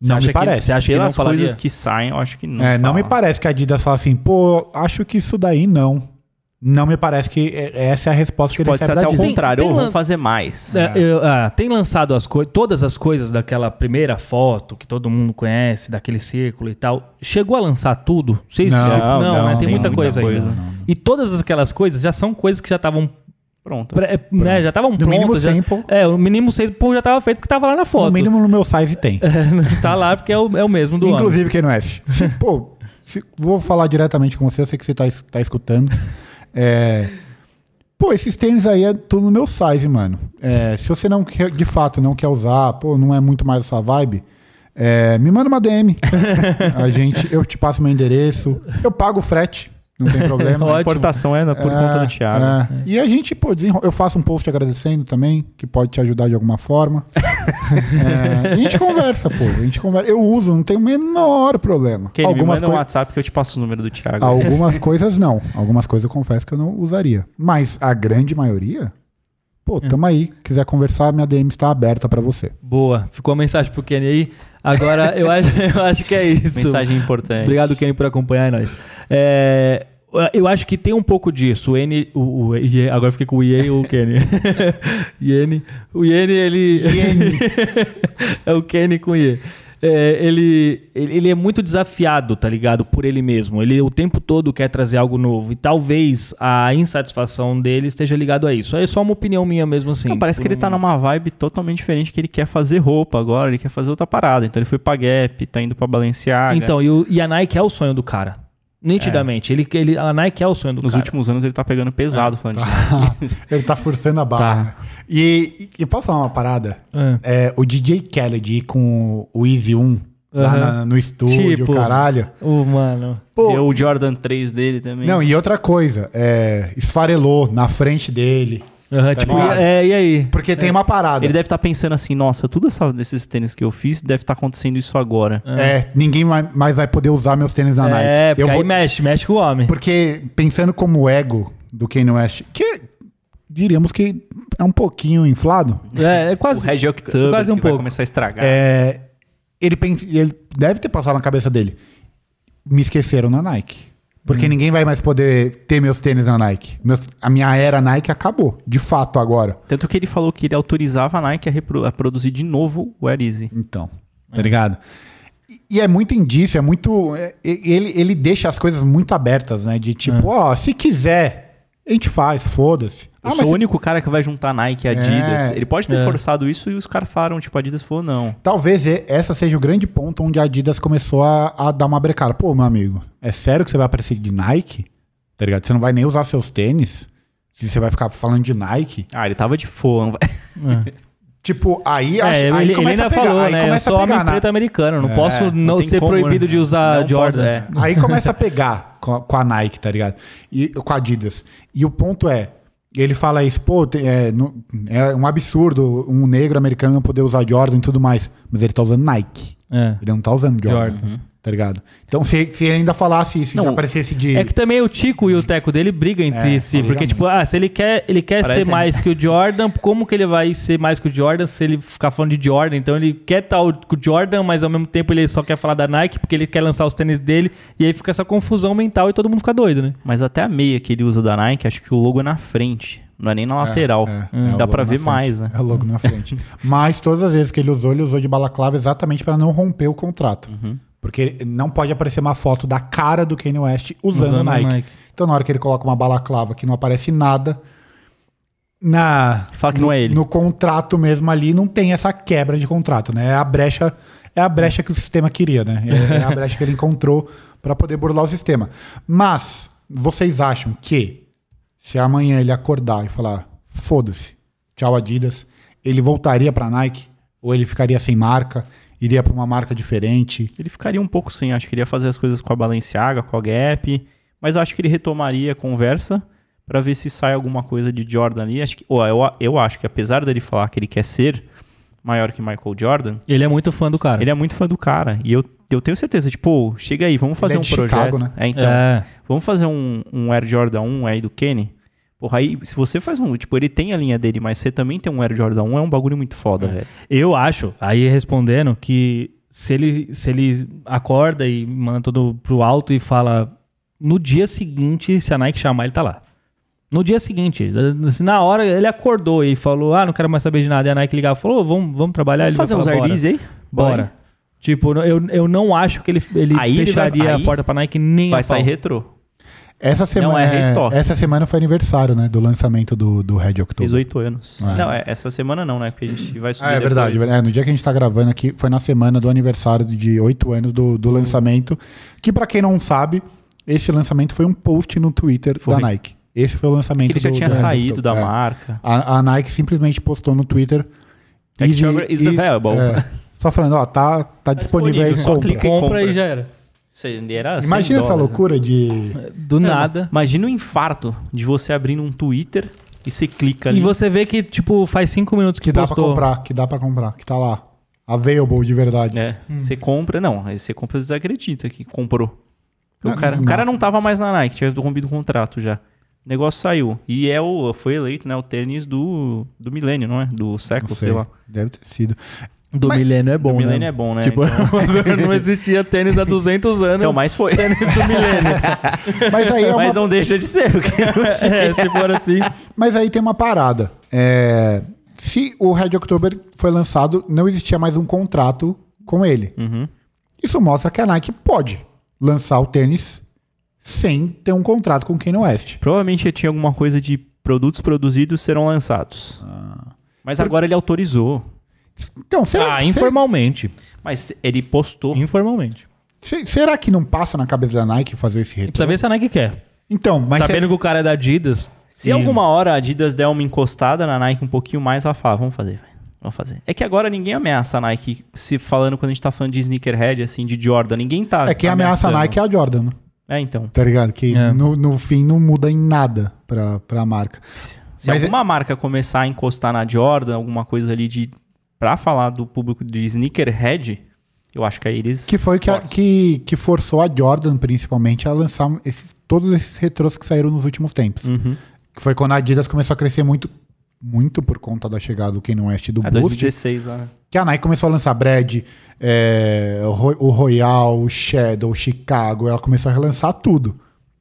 Speaker 3: não me parece.
Speaker 1: Você acha que ele não
Speaker 2: Pelas
Speaker 1: falaria?
Speaker 2: coisas que saem, eu acho que não.
Speaker 3: É, não
Speaker 2: fala.
Speaker 3: me parece que a Adidas fala assim, pô, acho que isso daí não. Não me parece que é- essa é a resposta que ele
Speaker 2: Pode ser
Speaker 3: recebe
Speaker 2: até
Speaker 3: da
Speaker 2: o
Speaker 3: Adidas.
Speaker 2: contrário,
Speaker 1: Tem-
Speaker 2: ou
Speaker 1: tem
Speaker 2: vamos
Speaker 1: lan-
Speaker 2: fazer mais.
Speaker 1: É, eu- ah, tem lançado as coi- todas as coisas daquela primeira foto que todo mundo conhece, daquele círculo e tal. Chegou a lançar tudo? Vocês
Speaker 3: Não,
Speaker 2: não,
Speaker 1: né? tem,
Speaker 2: tem
Speaker 1: muita,
Speaker 2: muita
Speaker 1: coisa,
Speaker 2: coisa.
Speaker 1: ainda. E todas aquelas coisas já são coisas que já estavam
Speaker 2: Pronto.
Speaker 1: pré- né, já estavam
Speaker 3: No mínimo
Speaker 1: prontas. já-
Speaker 3: 100, pô.
Speaker 1: É, o mínimo 100 pô, já estava feito porque estava lá na foto.
Speaker 3: No mínimo no meu size tem.
Speaker 1: tá lá porque é o, é o mesmo do ano.
Speaker 3: Inclusive quem não é. Se- Pô, se- vou falar diretamente com você, eu sei que você tá, es- tá escutando. É, pô, esses tênis aí é tudo no meu size, mano. É, se você não quer, de fato não quer usar, pô, não é muito mais a sua vibe, é, me manda uma DM. a gente, eu te passo meu endereço, eu pago o frete, não tem problema.
Speaker 1: Ótimo.
Speaker 2: A importação é na- por conta do Thiago. né?
Speaker 3: é. E a gente, pô, desenro- eu faço um post agradecendo também, que pode te ajudar de alguma forma. É, e a gente conversa, pô. A gente conversa. Eu uso, não tem o menor problema.
Speaker 2: Que ele me manda um
Speaker 3: coi-
Speaker 2: WhatsApp que eu te passo o número do Thiago.
Speaker 3: algumas coisas não. Algumas coisas eu confesso que eu não usaria. Mas a grande maioria, pô,
Speaker 2: É.
Speaker 3: tamo aí. Quiser conversar, minha DM está aberta pra você.
Speaker 1: Boa, ficou a mensagem pro Kenny aí. Agora eu acho, eu acho que é isso.
Speaker 2: Mensagem importante.
Speaker 1: Obrigado, Kenny, por acompanhar nós. É, eu acho que tem um pouco disso. O N. O, o- IE agora eu fiquei com o IE e o Kenny. Iene. O Iene, ele. é o Kenny com IE. É, ele, ele ele é muito desafiado, tá ligado? Por ele mesmo. Ele o tempo todo quer trazer algo novo. E talvez a insatisfação dele esteja ligado a isso. É só uma opinião minha mesmo assim.
Speaker 2: Não, parece que ele tá numa vibe totalmente diferente, que ele quer fazer roupa agora, ele quer fazer outra parada. Então ele foi pra Gap, tá indo pra Balenciaga.
Speaker 1: Então, e, o- e a Nike é o sonho do cara. Nitidamente. Ele, ele, a Nike é o sonho do
Speaker 2: Nos
Speaker 1: cara. Ah.
Speaker 2: últimos anos ele tá pegando pesado, falando de
Speaker 3: Ele tá forçando a barra. E, e, e posso falar uma parada?
Speaker 1: É.
Speaker 3: É, o DJ Khaled com o Easy 1 lá
Speaker 1: Aham.
Speaker 3: na- no estúdio,
Speaker 1: Tipo.
Speaker 3: caralho.
Speaker 1: Ô, mano.
Speaker 2: Deu o Jordan 3 dele também.
Speaker 3: Não, e outra coisa, é, esfarelou na frente dele.
Speaker 1: Aham,
Speaker 2: Tá
Speaker 1: tipo,
Speaker 3: ligado?
Speaker 1: é, e aí?
Speaker 3: Porque tem uma
Speaker 1: É.
Speaker 3: parada.
Speaker 2: Ele deve estar pensando assim, nossa, tudo essa, esses tênis que eu fiz deve estar acontecendo isso agora.
Speaker 3: É, ninguém vai- mais vai poder usar meus tênis na Nike.
Speaker 1: É, porque
Speaker 3: Eu
Speaker 1: aí
Speaker 3: vou-
Speaker 1: mexe, mexe com o homem.
Speaker 3: Porque pensando como ego do Kanye West, que diríamos que é um pouquinho inflado,
Speaker 1: É, é quase.
Speaker 2: o Regi October
Speaker 1: quase um
Speaker 2: que vai
Speaker 1: pouco.
Speaker 2: começar a estragar.
Speaker 3: é, ele, pensa, ele deve ter passado na cabeça dele. Me esqueceram na Nike.
Speaker 1: Hum.
Speaker 3: Porque ninguém vai mais poder ter meus tênis na Nike. Meus- a minha era Nike acabou, de fato, agora.
Speaker 2: Tanto que ele falou que ele autorizava a Nike a, repro- a produzir de novo o Air Easy.
Speaker 3: Então, tá
Speaker 1: É.
Speaker 3: ligado? E- E é muito indício, é muito. é- e- ele, ele deixa as coisas muito abertas, né? De tipo,
Speaker 1: É.
Speaker 3: ó, se quiser, a gente faz, foda-se.
Speaker 2: Eu sou o único cara que vai juntar Nike e Adidas.
Speaker 3: Ah, É.
Speaker 2: Ele pode ter
Speaker 1: É.
Speaker 2: forçado isso e os caras falaram, tipo, a Adidas falou não.
Speaker 3: Talvez e- essa seja o grande ponto onde a Adidas começou a, a dar uma brecada. Pô, meu amigo, é sério que você vai aparecer de Nike? Tá ligado? Você não vai nem usar seus tênis? Se você vai ficar falando de Nike?
Speaker 2: Ah, ele tava de fã.
Speaker 3: Tipo, aí,
Speaker 1: É,
Speaker 3: acho-
Speaker 1: ele,
Speaker 3: aí
Speaker 1: ele
Speaker 3: começa
Speaker 1: ainda
Speaker 3: a pegar,
Speaker 1: falou,
Speaker 3: aí
Speaker 1: né? Eu
Speaker 3: começa
Speaker 1: sou
Speaker 3: a pegar,
Speaker 1: homem
Speaker 3: né?
Speaker 1: preto americano. Não posso não,
Speaker 2: tem
Speaker 1: ser
Speaker 2: como,
Speaker 1: proibido
Speaker 2: né?
Speaker 1: de usar
Speaker 2: Não
Speaker 1: Jordan.
Speaker 2: pode, é.
Speaker 3: Aí começa a pegar com a, com a Nike, tá ligado? E com a Adidas. E o ponto é, ele fala isso, pô, tem- é, não- é um absurdo um negro americano não poder usar Jordan e tudo mais. Mas ele tá usando Nike.
Speaker 1: É.
Speaker 3: Ele não tá usando Jordan. Tá ligado? Então, se, se ele ainda falasse isso,
Speaker 2: Não,
Speaker 3: não, aparecesse de.
Speaker 1: É que também o Tico e o Teco dele brigam entre
Speaker 3: Uhum. É,
Speaker 1: si.
Speaker 3: briga
Speaker 1: Porque,
Speaker 3: muito.
Speaker 1: tipo, ah, se ele quer, ele quer
Speaker 2: Parece- né?
Speaker 1: ser mais que o Jordan, como que ele vai ser mais que o Jordan se ele ficar falando de Jordan? Então ele quer tal com o Jordan, mas ao mesmo tempo ele só quer falar da Nike porque ele quer lançar os tênis dele. E aí fica essa confusão mental e todo mundo fica doido, né?
Speaker 2: Mas até a meia que ele usa da Nike, acho que o logo é na frente. Não é nem na lateral.
Speaker 1: Hum.
Speaker 3: é o
Speaker 2: Dá
Speaker 3: logo
Speaker 2: pra
Speaker 3: na
Speaker 2: ver
Speaker 3: frente.
Speaker 2: mais, né?
Speaker 3: É o logo na frente. Mas todas as vezes que ele usou, ele usou de balaclava exatamente para não romper o contrato.
Speaker 1: Uhum.
Speaker 3: Porque não pode aparecer uma foto da cara do Kanye West usando,
Speaker 1: Usando
Speaker 3: Nike.
Speaker 1: Nike.
Speaker 3: Então na hora que ele coloca uma balaclava que não aparece nada, na
Speaker 2: Fala que
Speaker 3: no,
Speaker 2: não é ele.
Speaker 3: no contrato mesmo ali não tem essa quebra de contrato, né? É a brecha, é a brecha que o sistema queria, né? É, é a brecha que ele encontrou para poder burlar o sistema. Mas vocês acham que se amanhã ele acordar e falar foda-se, tchau Adidas, ele voltaria para Nike ou ele ficaria sem marca, iria para uma marca diferente?
Speaker 2: Ele ficaria um pouco sem, acho que ele ia fazer as coisas com a Balenciaga, com a Gap, mas acho que ele retomaria a conversa pra ver se sai alguma coisa de Jordan ali. Acho que, ó, eu, a- eu acho que apesar dele falar que ele quer ser maior que Michael Jordan,
Speaker 1: Ele é muito fã do cara.
Speaker 2: ele é muito fã do cara. E eu, eu tenho certeza, tipo, chega aí, vamos fazer
Speaker 3: é
Speaker 2: um
Speaker 3: de Chicago,
Speaker 2: projeto.
Speaker 3: né?
Speaker 2: É, então,
Speaker 1: É.
Speaker 2: vamos fazer um, um Air Jordan 1 aí do Kenny. Porra, aí se você faz um, tipo, ele tem a linha dele, mas você também tem um Air Jordan 1, é um bagulho muito foda, velho.
Speaker 1: Eu acho, aí respondendo, que se ele, se ele acorda e manda tudo pro alto e fala. No dia seguinte, se a Nike chamar, ele tá lá. No dia seguinte, se na hora ele acordou e falou: Ah, não quero mais saber de nada. E a Nike ligava e falou: "Ô, vamos, vamos trabalhar.
Speaker 2: Vamos
Speaker 1: ele vai
Speaker 2: fazer uns
Speaker 1: falar,
Speaker 2: Air
Speaker 1: "Bora."
Speaker 2: Yeezy aí?
Speaker 1: Bora. Tipo, eu, eu não acho que ele, ele
Speaker 2: Aí ele vai-
Speaker 1: fecharia
Speaker 2: aí
Speaker 1: a porta pra Nike nem
Speaker 2: Vai
Speaker 1: a
Speaker 2: sair
Speaker 1: pau.
Speaker 2: retrô.
Speaker 3: Essa semana,
Speaker 2: é restock.
Speaker 3: essa semana foi aniversário, né, do lançamento do do Red October.
Speaker 2: 18 anos.
Speaker 3: É.
Speaker 2: Não, é, essa semana não, né? Porque a gente vai subir.
Speaker 3: Ah, é
Speaker 2: depois.
Speaker 3: verdade. É, no dia que a gente tá gravando aqui, foi na semana do aniversário de 8 anos do,
Speaker 2: Hum.
Speaker 3: do lançamento. Que pra quem não sabe, esse lançamento foi um post no Twitter da Nike. Esse foi o lançamento
Speaker 2: Porque ele já
Speaker 3: do-
Speaker 2: tinha
Speaker 3: do-
Speaker 2: saído da
Speaker 3: é.
Speaker 2: marca.
Speaker 3: A, a Nike simplesmente postou no Twitter.
Speaker 2: Tech Jogger is available.
Speaker 3: é, só falando, ó, tá, tá disponível aí,
Speaker 2: disponível, só
Speaker 3: compra.
Speaker 2: clica
Speaker 1: Compra,
Speaker 2: Compra.
Speaker 1: e já era.
Speaker 2: Você- Ele era 100
Speaker 3: Imagina essa
Speaker 2: dólares,
Speaker 3: loucura de...
Speaker 1: Do
Speaker 2: né?
Speaker 1: nada.
Speaker 2: Imagina o infarto de você abrindo um Twitter e você clica ali.
Speaker 1: E você vê que, tipo, faz cinco minutos que,
Speaker 3: Que dá pra
Speaker 1: postou.
Speaker 3: comprar, que dá pra comprar, que tá lá. Available de verdade.
Speaker 2: É, Você compra, não. Aí você compra e desacredita que comprou.
Speaker 3: Ah,
Speaker 2: O cara, o
Speaker 3: nossa.
Speaker 2: cara não tava mais na Nike, tinha rompido o contrato já. O negócio saiu. E é o, foi eleito, né? O tênis do, do milênio, não é? Do século,
Speaker 3: Não
Speaker 2: sei.
Speaker 3: sei,
Speaker 2: lá.
Speaker 3: deve ter sido.
Speaker 1: Do milênio é bom,
Speaker 2: do milênio
Speaker 1: né?
Speaker 2: é bom, né?
Speaker 1: Tipo,
Speaker 2: então,
Speaker 1: não existia tênis há 200 anos.
Speaker 2: então, mas foi.
Speaker 1: do milênio.
Speaker 3: Mas aí é uma
Speaker 2: Mas não deixa de ser, porque
Speaker 1: é, se for assim.
Speaker 3: Mas aí tem uma parada. É, se o Red October foi lançado, não existia mais um contrato com ele. Isso mostra que a Nike pode lançar o tênis sem ter um contrato com Kanye West.
Speaker 2: Provavelmente tinha alguma coisa de produtos produzidos serão lançados. Mas agora ele autorizou.
Speaker 3: Então, será,
Speaker 1: Ah,
Speaker 3: se-
Speaker 1: informalmente.
Speaker 2: Mas ele postou.
Speaker 1: Informalmente.
Speaker 3: se- será que não passa na cabeça da Nike fazer esse
Speaker 1: E
Speaker 3: retorno?
Speaker 1: precisa ver se a Nike quer.
Speaker 3: Então, mas
Speaker 1: Sabendo que o cara é da Adidas.
Speaker 2: Se
Speaker 1: e-
Speaker 2: alguma hora a Adidas der uma encostada na Nike um pouquinho mais, ela fala, vamos fazer, vai. Vamos fazer. É que agora ninguém ameaça a Nike, se falando quando a gente tá falando de sneakerhead, assim, de Jordan, ninguém tá
Speaker 3: é, é quem ameaça a
Speaker 2: ameaçando.
Speaker 3: Nike é a Jordan, né?
Speaker 2: É, então.
Speaker 3: tá ligado? Que
Speaker 1: É.
Speaker 3: no, no fim não muda em nada pra, pra marca.
Speaker 2: Se
Speaker 3: Mas é-
Speaker 2: alguma marca começar a encostar na Jordan, alguma coisa ali de... Pra falar do público de sneakerhead, eu acho que aí eles...
Speaker 3: Que foi que, a- que, que forçou a Jordan, principalmente, a lançar esses- todos esses retrôs que saíram nos últimos tempos.
Speaker 2: Uhum.
Speaker 3: Que foi quando a Adidas começou a crescer muito, muito por conta da chegada do Kanye West e
Speaker 2: É
Speaker 3: do Boost.
Speaker 2: 2016, lá, né?
Speaker 3: Que a Nike começou a lançar Brad, é, o Ro- o Royal, o Shadow, o Chicago. Ela começou a relançar tudo.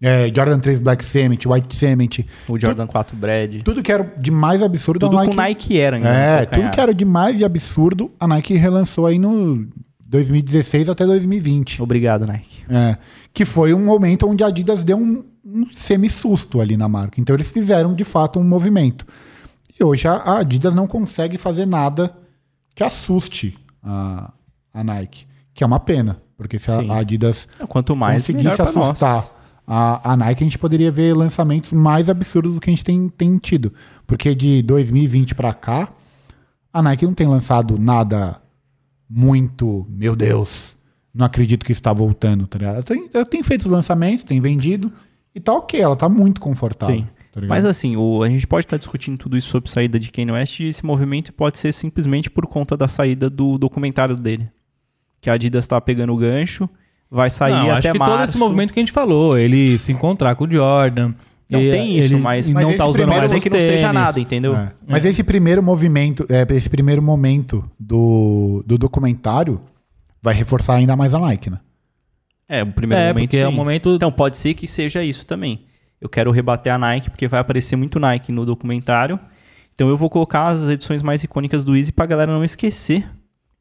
Speaker 3: É, Jordan 3 Black Cement, White Cement.
Speaker 2: O Jordan 4 Brad.
Speaker 3: Tudo que era de mais absurdo,
Speaker 2: Tudo
Speaker 3: a Nike...
Speaker 2: com Nike era,
Speaker 3: É,
Speaker 2: né?
Speaker 3: tudo que era de mais de absurdo, a Nike relançou aí no 2016 até 2020.
Speaker 2: Obrigado, Nike.
Speaker 3: É, que foi um momento onde a Adidas deu um, um semi-susto ali na marca. Então eles fizeram de fato um movimento. E hoje a, a Adidas não consegue fazer nada que assuste a, a Nike, que é uma pena, porque se a,
Speaker 2: Sim.
Speaker 3: a Adidas
Speaker 2: Quanto mais, melhor pra
Speaker 3: conseguisse
Speaker 2: nós.
Speaker 3: assustar a, a Nike, a gente poderia ver lançamentos mais absurdos do que a gente tem, tem tido. Porque de 2020 pra cá, a Nike não tem lançado nada muito, meu Deus, não acredito que está voltando, tá ligado? Ela tem, ela tem feito os lançamentos, tem vendido e tá ok, ela tá muito confortável.
Speaker 2: Sim.
Speaker 3: tá ligado?
Speaker 2: Mas assim, o- a gente pode estar discutindo tudo isso sobre saída de Kanye West e esse movimento pode ser simplesmente por conta da saída do documentário dele. Que a Adidas tá pegando o gancho, vai sair
Speaker 1: não,
Speaker 2: até
Speaker 1: acho que
Speaker 2: março.
Speaker 1: todo esse movimento que a gente falou, ele se encontrar com o Jordan.
Speaker 2: Não,
Speaker 1: e
Speaker 2: tem isso,
Speaker 1: ele
Speaker 2: mas-
Speaker 3: Mas
Speaker 1: não tá
Speaker 3: esse
Speaker 1: usando
Speaker 2: Não,
Speaker 3: primeiro-
Speaker 1: mais
Speaker 2: mas é
Speaker 1: os
Speaker 2: que não seja
Speaker 1: tênis.
Speaker 2: nada, entendeu?
Speaker 3: É. Mas esse primeiro movimento, é, esse primeiro momento do, do documentário vai reforçar ainda mais a Nike, né?
Speaker 2: É, o primeiro
Speaker 1: É,
Speaker 2: momento
Speaker 1: porque é um
Speaker 2: sim.
Speaker 1: momento
Speaker 2: Então pode ser que seja isso também. eu quero rebater a Nike, porque vai aparecer muito Nike no documentário. Então eu vou colocar as edições mais icônicas do Easy pra galera não esquecer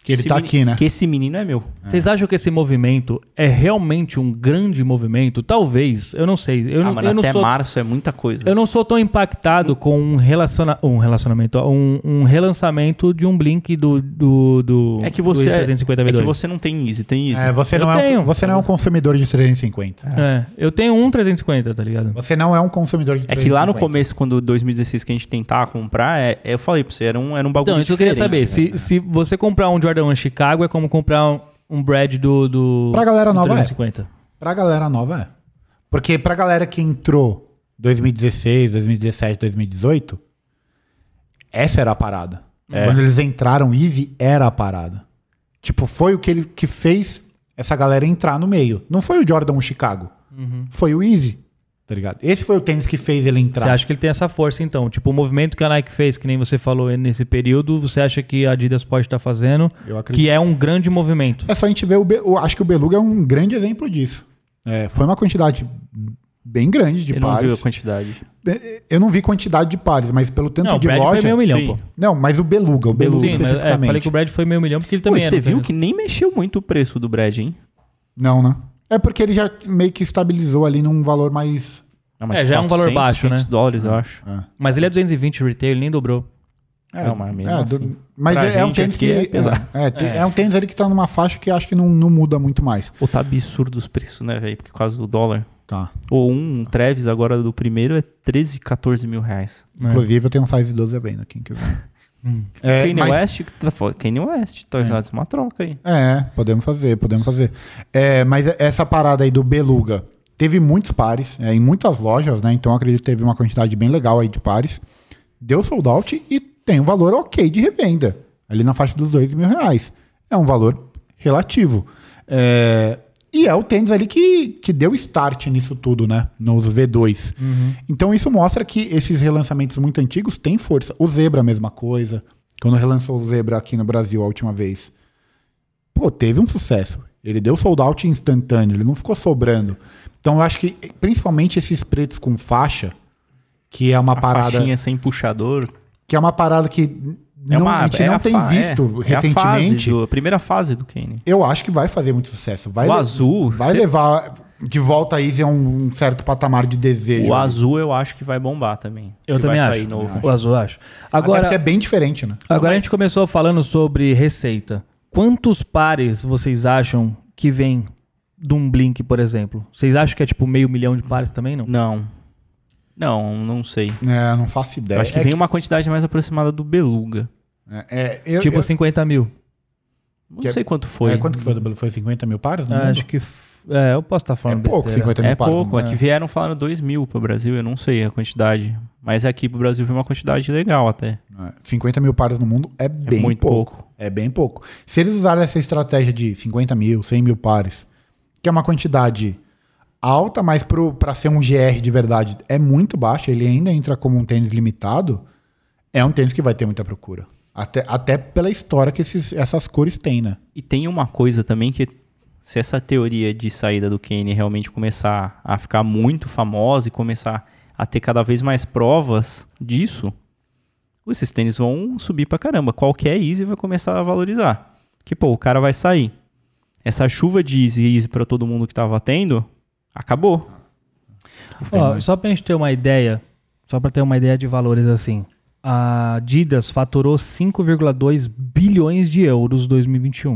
Speaker 3: Que ele
Speaker 2: esse
Speaker 3: tá
Speaker 2: meni-
Speaker 3: aqui, né?
Speaker 2: Que esse menino é meu.
Speaker 1: Vocês acham que esse movimento é realmente um grande movimento? Talvez, eu não sei. Eu,
Speaker 2: ah,
Speaker 1: não-
Speaker 2: mano,
Speaker 1: eu não
Speaker 2: até
Speaker 1: sou
Speaker 2: março é muita coisa.
Speaker 1: Eu não sou tão impactado com um, relaciona um relacionamento, ó, um, um relançamento de um Blink do, do, do
Speaker 2: É que você
Speaker 1: do
Speaker 2: é,
Speaker 1: X350
Speaker 2: é
Speaker 1: V2.
Speaker 2: que você não tem Easy, tem Easy.
Speaker 3: É, você,
Speaker 1: Eu
Speaker 3: não é,
Speaker 1: tenho.
Speaker 3: um, você não é um consumidor de 350.
Speaker 1: É, eu tenho um 350, tá ligado?
Speaker 3: Você não é um consumidor de
Speaker 2: É
Speaker 3: 350.
Speaker 2: que lá no começo, quando 2016 que a gente tentava comprar, é- eu falei pra você, era um, era um bagulho
Speaker 1: Então, isso que eu queria saber.
Speaker 2: diferente,
Speaker 3: né,
Speaker 1: Se, se você comprar um Jordan 1 Chicago, é como comprar um, um Brad do, do.
Speaker 3: Pra galera
Speaker 1: do
Speaker 3: nova, é.
Speaker 1: 350.
Speaker 3: Pra galera nova, é. Porque pra galera que entrou 2016, 2017, 2018, essa era a parada. Quando eles entraram, Easy era a parada. Tipo, foi o que ele que fez essa galera entrar no meio. Não foi o Jordan o Chicago. Foi o Easy, tá ligado? Esse foi o tênis que fez ele entrar.
Speaker 1: Você acha que ele tem essa força, então? Tipo, o movimento que a Nike fez, que nem você falou nesse período, você acha que a Adidas pode estar fazendo,
Speaker 3: Eu acredito.
Speaker 1: que é um grande movimento.
Speaker 3: É só a gente ver o, Be- o- Acho que o Beluga é um grande exemplo disso. É, foi uma quantidade bem grande de
Speaker 2: Eu não vi a
Speaker 3: pares.
Speaker 2: quantidade.
Speaker 3: Eh, Eu não vi quantidade de pares, mas pelo tanto
Speaker 1: Não, o
Speaker 3: de
Speaker 1: Brad
Speaker 3: loja.
Speaker 1: foi meio milhão,
Speaker 2: sim.
Speaker 1: pô.
Speaker 3: Não, mas o Beluga, o Beluga
Speaker 1: Sim, mas é,
Speaker 3: especificamente.
Speaker 1: falei que o Brad foi meio milhão porque ele
Speaker 2: Pô,
Speaker 1: também
Speaker 2: você
Speaker 1: era,
Speaker 2: viu
Speaker 1: né?
Speaker 2: que nem mexeu muito o preço do Brad, hein?
Speaker 3: Não, né? É porque ele já meio que estabilizou ali num valor mais.
Speaker 2: Não,
Speaker 1: É, já é um valor baixo,
Speaker 2: 500
Speaker 1: né?
Speaker 2: dólares, eu acho.
Speaker 1: Mas ele é 220 retail, ele nem dobrou.
Speaker 3: É,
Speaker 2: Não, mas mesmo
Speaker 3: é, do-
Speaker 2: assim.
Speaker 3: mas
Speaker 2: Pra
Speaker 3: é, é um
Speaker 2: gente
Speaker 3: tênis
Speaker 2: aqui
Speaker 3: que.
Speaker 2: é pesado.
Speaker 3: É, é, te- é um tênis ali que tá numa faixa que acho que não, não muda muito mais.
Speaker 2: Pô, tá absurdo os preços, né, velho? Por causa do dólar.
Speaker 3: Tá.
Speaker 2: Ou um, um Travis agora do primeiro é 13, 14 mil reais.
Speaker 3: Inclusive, eu tenho um size 12 à venda, quem quiser. é,
Speaker 2: Kanye
Speaker 3: mas-
Speaker 2: West, que tá fora- Kanye West, tá fazendo uma troca aí.
Speaker 3: É, podemos fazer, podemos fazer. É, mas essa parada aí do Beluga, teve muitos pares, é, em muitas lojas, né? Então eu acredito que teve uma quantidade bem legal aí de pares. Deu sold out e tem um valor ok de revenda, ali na faixa dos dois mil reais. É um valor relativo. É, e é o tênis ali que, que deu start nisso tudo, né? Nos V2. Então isso mostra que esses relançamentos muito antigos têm força. O Zebra, a mesma coisa. Quando relançou o Zebra aqui no Brasil a última vez, pô, teve um sucesso. Ele deu sold out instantâneo, ele não ficou sobrando. Então eu acho que, principalmente esses pretos com faixa, que é uma
Speaker 2: A
Speaker 3: parada.
Speaker 2: faixinha sem puxador.
Speaker 3: Que é uma parada que
Speaker 2: É
Speaker 3: não,
Speaker 2: uma,
Speaker 3: a gente
Speaker 2: é
Speaker 3: não
Speaker 2: a
Speaker 3: tem
Speaker 2: fa-
Speaker 3: visto
Speaker 2: é, É a, fase
Speaker 3: recentemente.
Speaker 2: do- a primeira fase do Kanye.
Speaker 3: Eu acho que vai fazer muito sucesso. Vai,
Speaker 2: o
Speaker 3: le-
Speaker 2: azul.
Speaker 3: vai
Speaker 2: cê-
Speaker 3: levar de volta a Easy a um, um certo patamar de desejo.
Speaker 2: O azul eu acho que vai bombar também.
Speaker 1: Eu
Speaker 2: que
Speaker 1: também
Speaker 2: vai
Speaker 1: acho.
Speaker 2: Sair novo.
Speaker 1: O azul, eu acho.
Speaker 3: Até porque é
Speaker 1: Agora,
Speaker 3: bem diferente, né?
Speaker 1: agora a gente começou falando sobre receita. Quantos pares vocês acham que vem de um Blink, por exemplo? Vocês acham que é tipo meio milhão de pares também, não?
Speaker 2: Não. Não, não sei.
Speaker 3: É, não faço
Speaker 2: Eu
Speaker 3: ideia.
Speaker 2: acho que
Speaker 3: é,
Speaker 2: vem uma quantidade mais aproximada do Beluga.
Speaker 3: é, eu-
Speaker 1: tipo
Speaker 3: eu-
Speaker 1: 50 mil.
Speaker 2: Não
Speaker 3: Que-
Speaker 2: sei quanto assim, foi. Ah,
Speaker 3: é, quanto que foi? do Belo? Foi 50 mil pares no mundo?
Speaker 1: Acho que... f- É, eu posso estar
Speaker 3: É
Speaker 1: falando
Speaker 3: pouco,
Speaker 1: besteira.
Speaker 3: 50 mil
Speaker 2: É
Speaker 3: pares. no
Speaker 2: pouco,
Speaker 3: mundo.
Speaker 2: é que vieram falando 2 mil pro Brasil, eu não sei a quantidade. Mas aqui pro Brasil veio uma quantidade legal até.
Speaker 3: É, 50 mil pares no mundo é bem
Speaker 2: muito
Speaker 3: pouco.
Speaker 2: pouco.
Speaker 3: É bem pouco. Se eles usarem essa estratégia de 50 mil, 100 mil pares, que é uma quantidade alta, mas para ser um GR de verdade é muito baixo, ele ainda entra como um tênis limitado, é um tênis que vai ter muita procura. Até, até pela história que esses- essas cores têm, né?
Speaker 2: E tem uma coisa também que se essa teoria de saída do Kane realmente começar a ficar muito famosa e começar a ter cada vez mais provas disso, esses tênis vão subir pra caramba. Qualquer Easy vai começar a valorizar. Que pô, o cara vai sair. Essa chuva de Easy Easy pra todo mundo que tava tendo, acabou.
Speaker 1: Ó, só pra gente ter uma ideia, só pra ter uma ideia de valores assim. A Adidas faturou 5,2 bilhões de euros em 2021.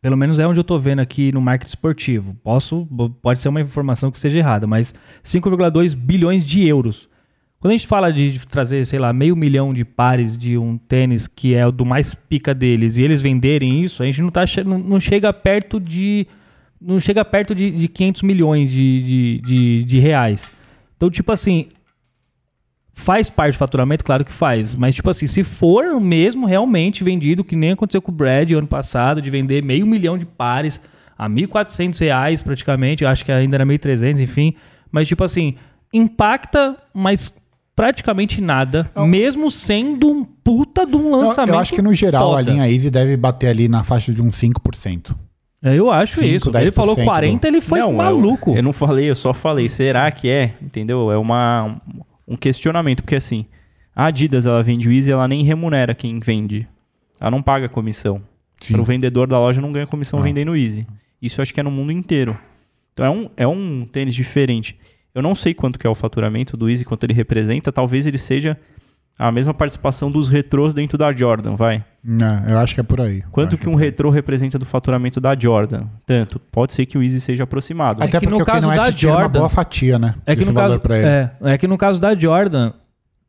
Speaker 1: Pelo menos é onde eu tô vendo aqui no marketing esportivo. Posso, bo- pode ser uma informação que esteja errada, mas 5,2 bilhões de euros. Quando a gente fala de trazer, sei lá, meio milhão de pares de um tênis que é o do mais pica deles e eles venderem isso, a gente não, tá, che- não, não chega perto de. Não chega perto de, de 500 milhões de, de, de, de reais. Então, tipo assim. Faz parte do faturamento? Claro que faz. Mas, tipo assim, se for mesmo realmente vendido, que nem aconteceu com o Brad ano passado, de vender meio milhão de pares a R$ 1.400 reais praticamente, eu acho que ainda era 1.300, enfim. Mas, tipo assim, impacta, mas praticamente nada, mesmo sendo um puta de um
Speaker 3: Eu,
Speaker 1: lançamento.
Speaker 3: eu acho que no geral
Speaker 1: foda.
Speaker 3: a linha Easy deve bater ali na faixa de uns 5%.
Speaker 1: É, Eu acho
Speaker 3: Cinco,
Speaker 1: isso.
Speaker 3: 10%
Speaker 1: Ele falou 40, ele foi
Speaker 2: Não, é eu-
Speaker 1: maluco.
Speaker 2: Eu, não falei, eu só falei. Será que é? Entendeu? É uma, um questionamento, porque assim, a Adidas ela vende o Easy ela nem remunera quem vende. Ela não paga comissão.
Speaker 3: Sim.
Speaker 2: Para o vendedor da loja não ganha comissão
Speaker 3: Ah.
Speaker 2: vendendo o Easy. Isso eu acho que é no mundo inteiro. Então é um, é um tênis diferente. Eu não sei quanto que é o faturamento do Easy, quanto ele representa. Talvez ele seja a mesma participação dos retrôs dentro da Jordan, vai.
Speaker 3: Não, eu acho que é por aí.
Speaker 2: Quanto
Speaker 3: Eu
Speaker 2: que um retrô representa do faturamento da Jordan? Tanto. Pode ser que o Easy seja aproximado. né?
Speaker 3: acho. Até
Speaker 1: É que
Speaker 3: porque
Speaker 1: no
Speaker 3: o que
Speaker 1: caso
Speaker 3: não é
Speaker 1: da
Speaker 3: esse dinheiro, é uma
Speaker 1: Jordan-
Speaker 3: boa fatia, né?
Speaker 1: É que,
Speaker 3: Esse
Speaker 1: no
Speaker 3: valor
Speaker 1: caso,
Speaker 3: pra ele.
Speaker 1: é, é que no caso da Jordan,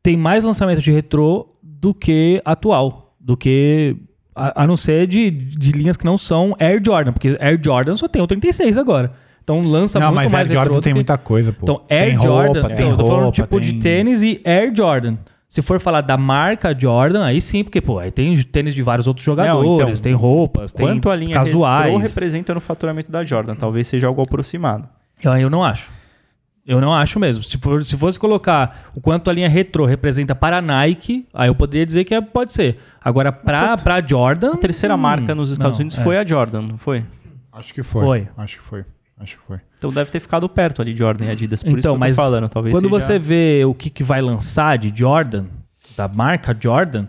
Speaker 1: tem mais lançamento de retrô do que atual. Do que. A, a não ser de, de linhas que não são Air Jordan, porque Air Jordan só tem o 36 agora. Então lança
Speaker 3: Não,
Speaker 1: muito
Speaker 3: mas
Speaker 1: mais
Speaker 3: Air Jordan
Speaker 1: retrô do
Speaker 3: tem
Speaker 1: que-
Speaker 3: muita coisa, pô.
Speaker 1: Então, Air
Speaker 3: tem
Speaker 1: Jordan.
Speaker 3: roupa, tem
Speaker 1: eu tô falando
Speaker 3: roupa,
Speaker 1: tipo de
Speaker 3: tem-
Speaker 1: tênis e Air Jordan. Se for falar da marca Jordan, aí sim, porque, pô, aí tem tênis de vários outros jogadores,
Speaker 2: então,
Speaker 1: tem roupas, tem
Speaker 2: Quanto a linha retrô
Speaker 1: casuais.
Speaker 2: representa no faturamento da Jordan? Talvez seja algo aproximado.
Speaker 1: Eu, eu não acho. Eu não acho mesmo. Se, for- se fosse colocar o quanto a linha retrô representa para a Nike, aí eu poderia dizer que é- pode ser. Agora, pra, pra Jordan.
Speaker 2: A terceira marca nos Estados
Speaker 1: é.
Speaker 2: Unidos foi a Jordan, não foi?
Speaker 3: Acho que foi.
Speaker 1: Foi.
Speaker 3: Acho que foi. Acho que foi.
Speaker 2: Então deve ter ficado perto ali Jordan e Adidas, por isso que
Speaker 1: então,
Speaker 2: eu tô
Speaker 1: mas
Speaker 2: falando. Talvez
Speaker 1: quando
Speaker 2: seja-
Speaker 1: você vê o que, que vai lançar de Jordan, da marca Jordan,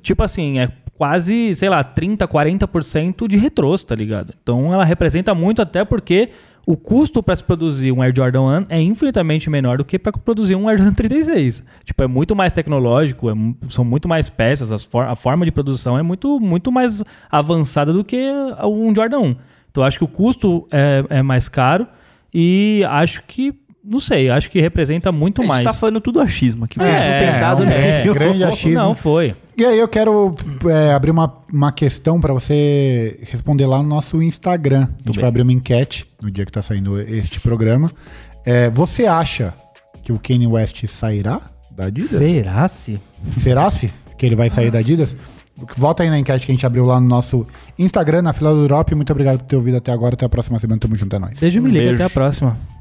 Speaker 1: tipo assim, é quase, sei lá, 30, 40% de retrôs, tá ligado? Então ela representa muito até porque o custo para se produzir um Air Jordan 1 é infinitamente menor do que para produzir um Air Jordan 36. Tipo, é muito mais tecnológico, é mu- são muito mais peças, as for- a forma de produção é muito, muito mais avançada do que um Jordan 1. Então eu acho que o custo é, é mais caro e acho que, não sei, acho que representa muito
Speaker 2: A gente
Speaker 1: mais.
Speaker 2: tá falando tudo achismo aqui, porque a gente não
Speaker 1: É,
Speaker 2: tem dado
Speaker 1: é um
Speaker 2: nenhum.
Speaker 3: grande achismo.
Speaker 1: Não, foi.
Speaker 3: E aí eu quero é, abrir uma, uma questão pra você responder lá no nosso Instagram. A gente vai abrir uma enquete no dia que tá saindo este programa. É, você acha que o Kanye West sairá da Adidas?
Speaker 1: Será se?
Speaker 3: Será se que ele vai sair da Adidas? Volta aí na enquete que a gente abriu lá no nosso Instagram, na fila do Drop. Muito obrigado por ter ouvido até agora. Até a próxima semana. Tamo junto, é nóis.
Speaker 1: Seja me liga,
Speaker 2: Beijo.
Speaker 1: até a próxima.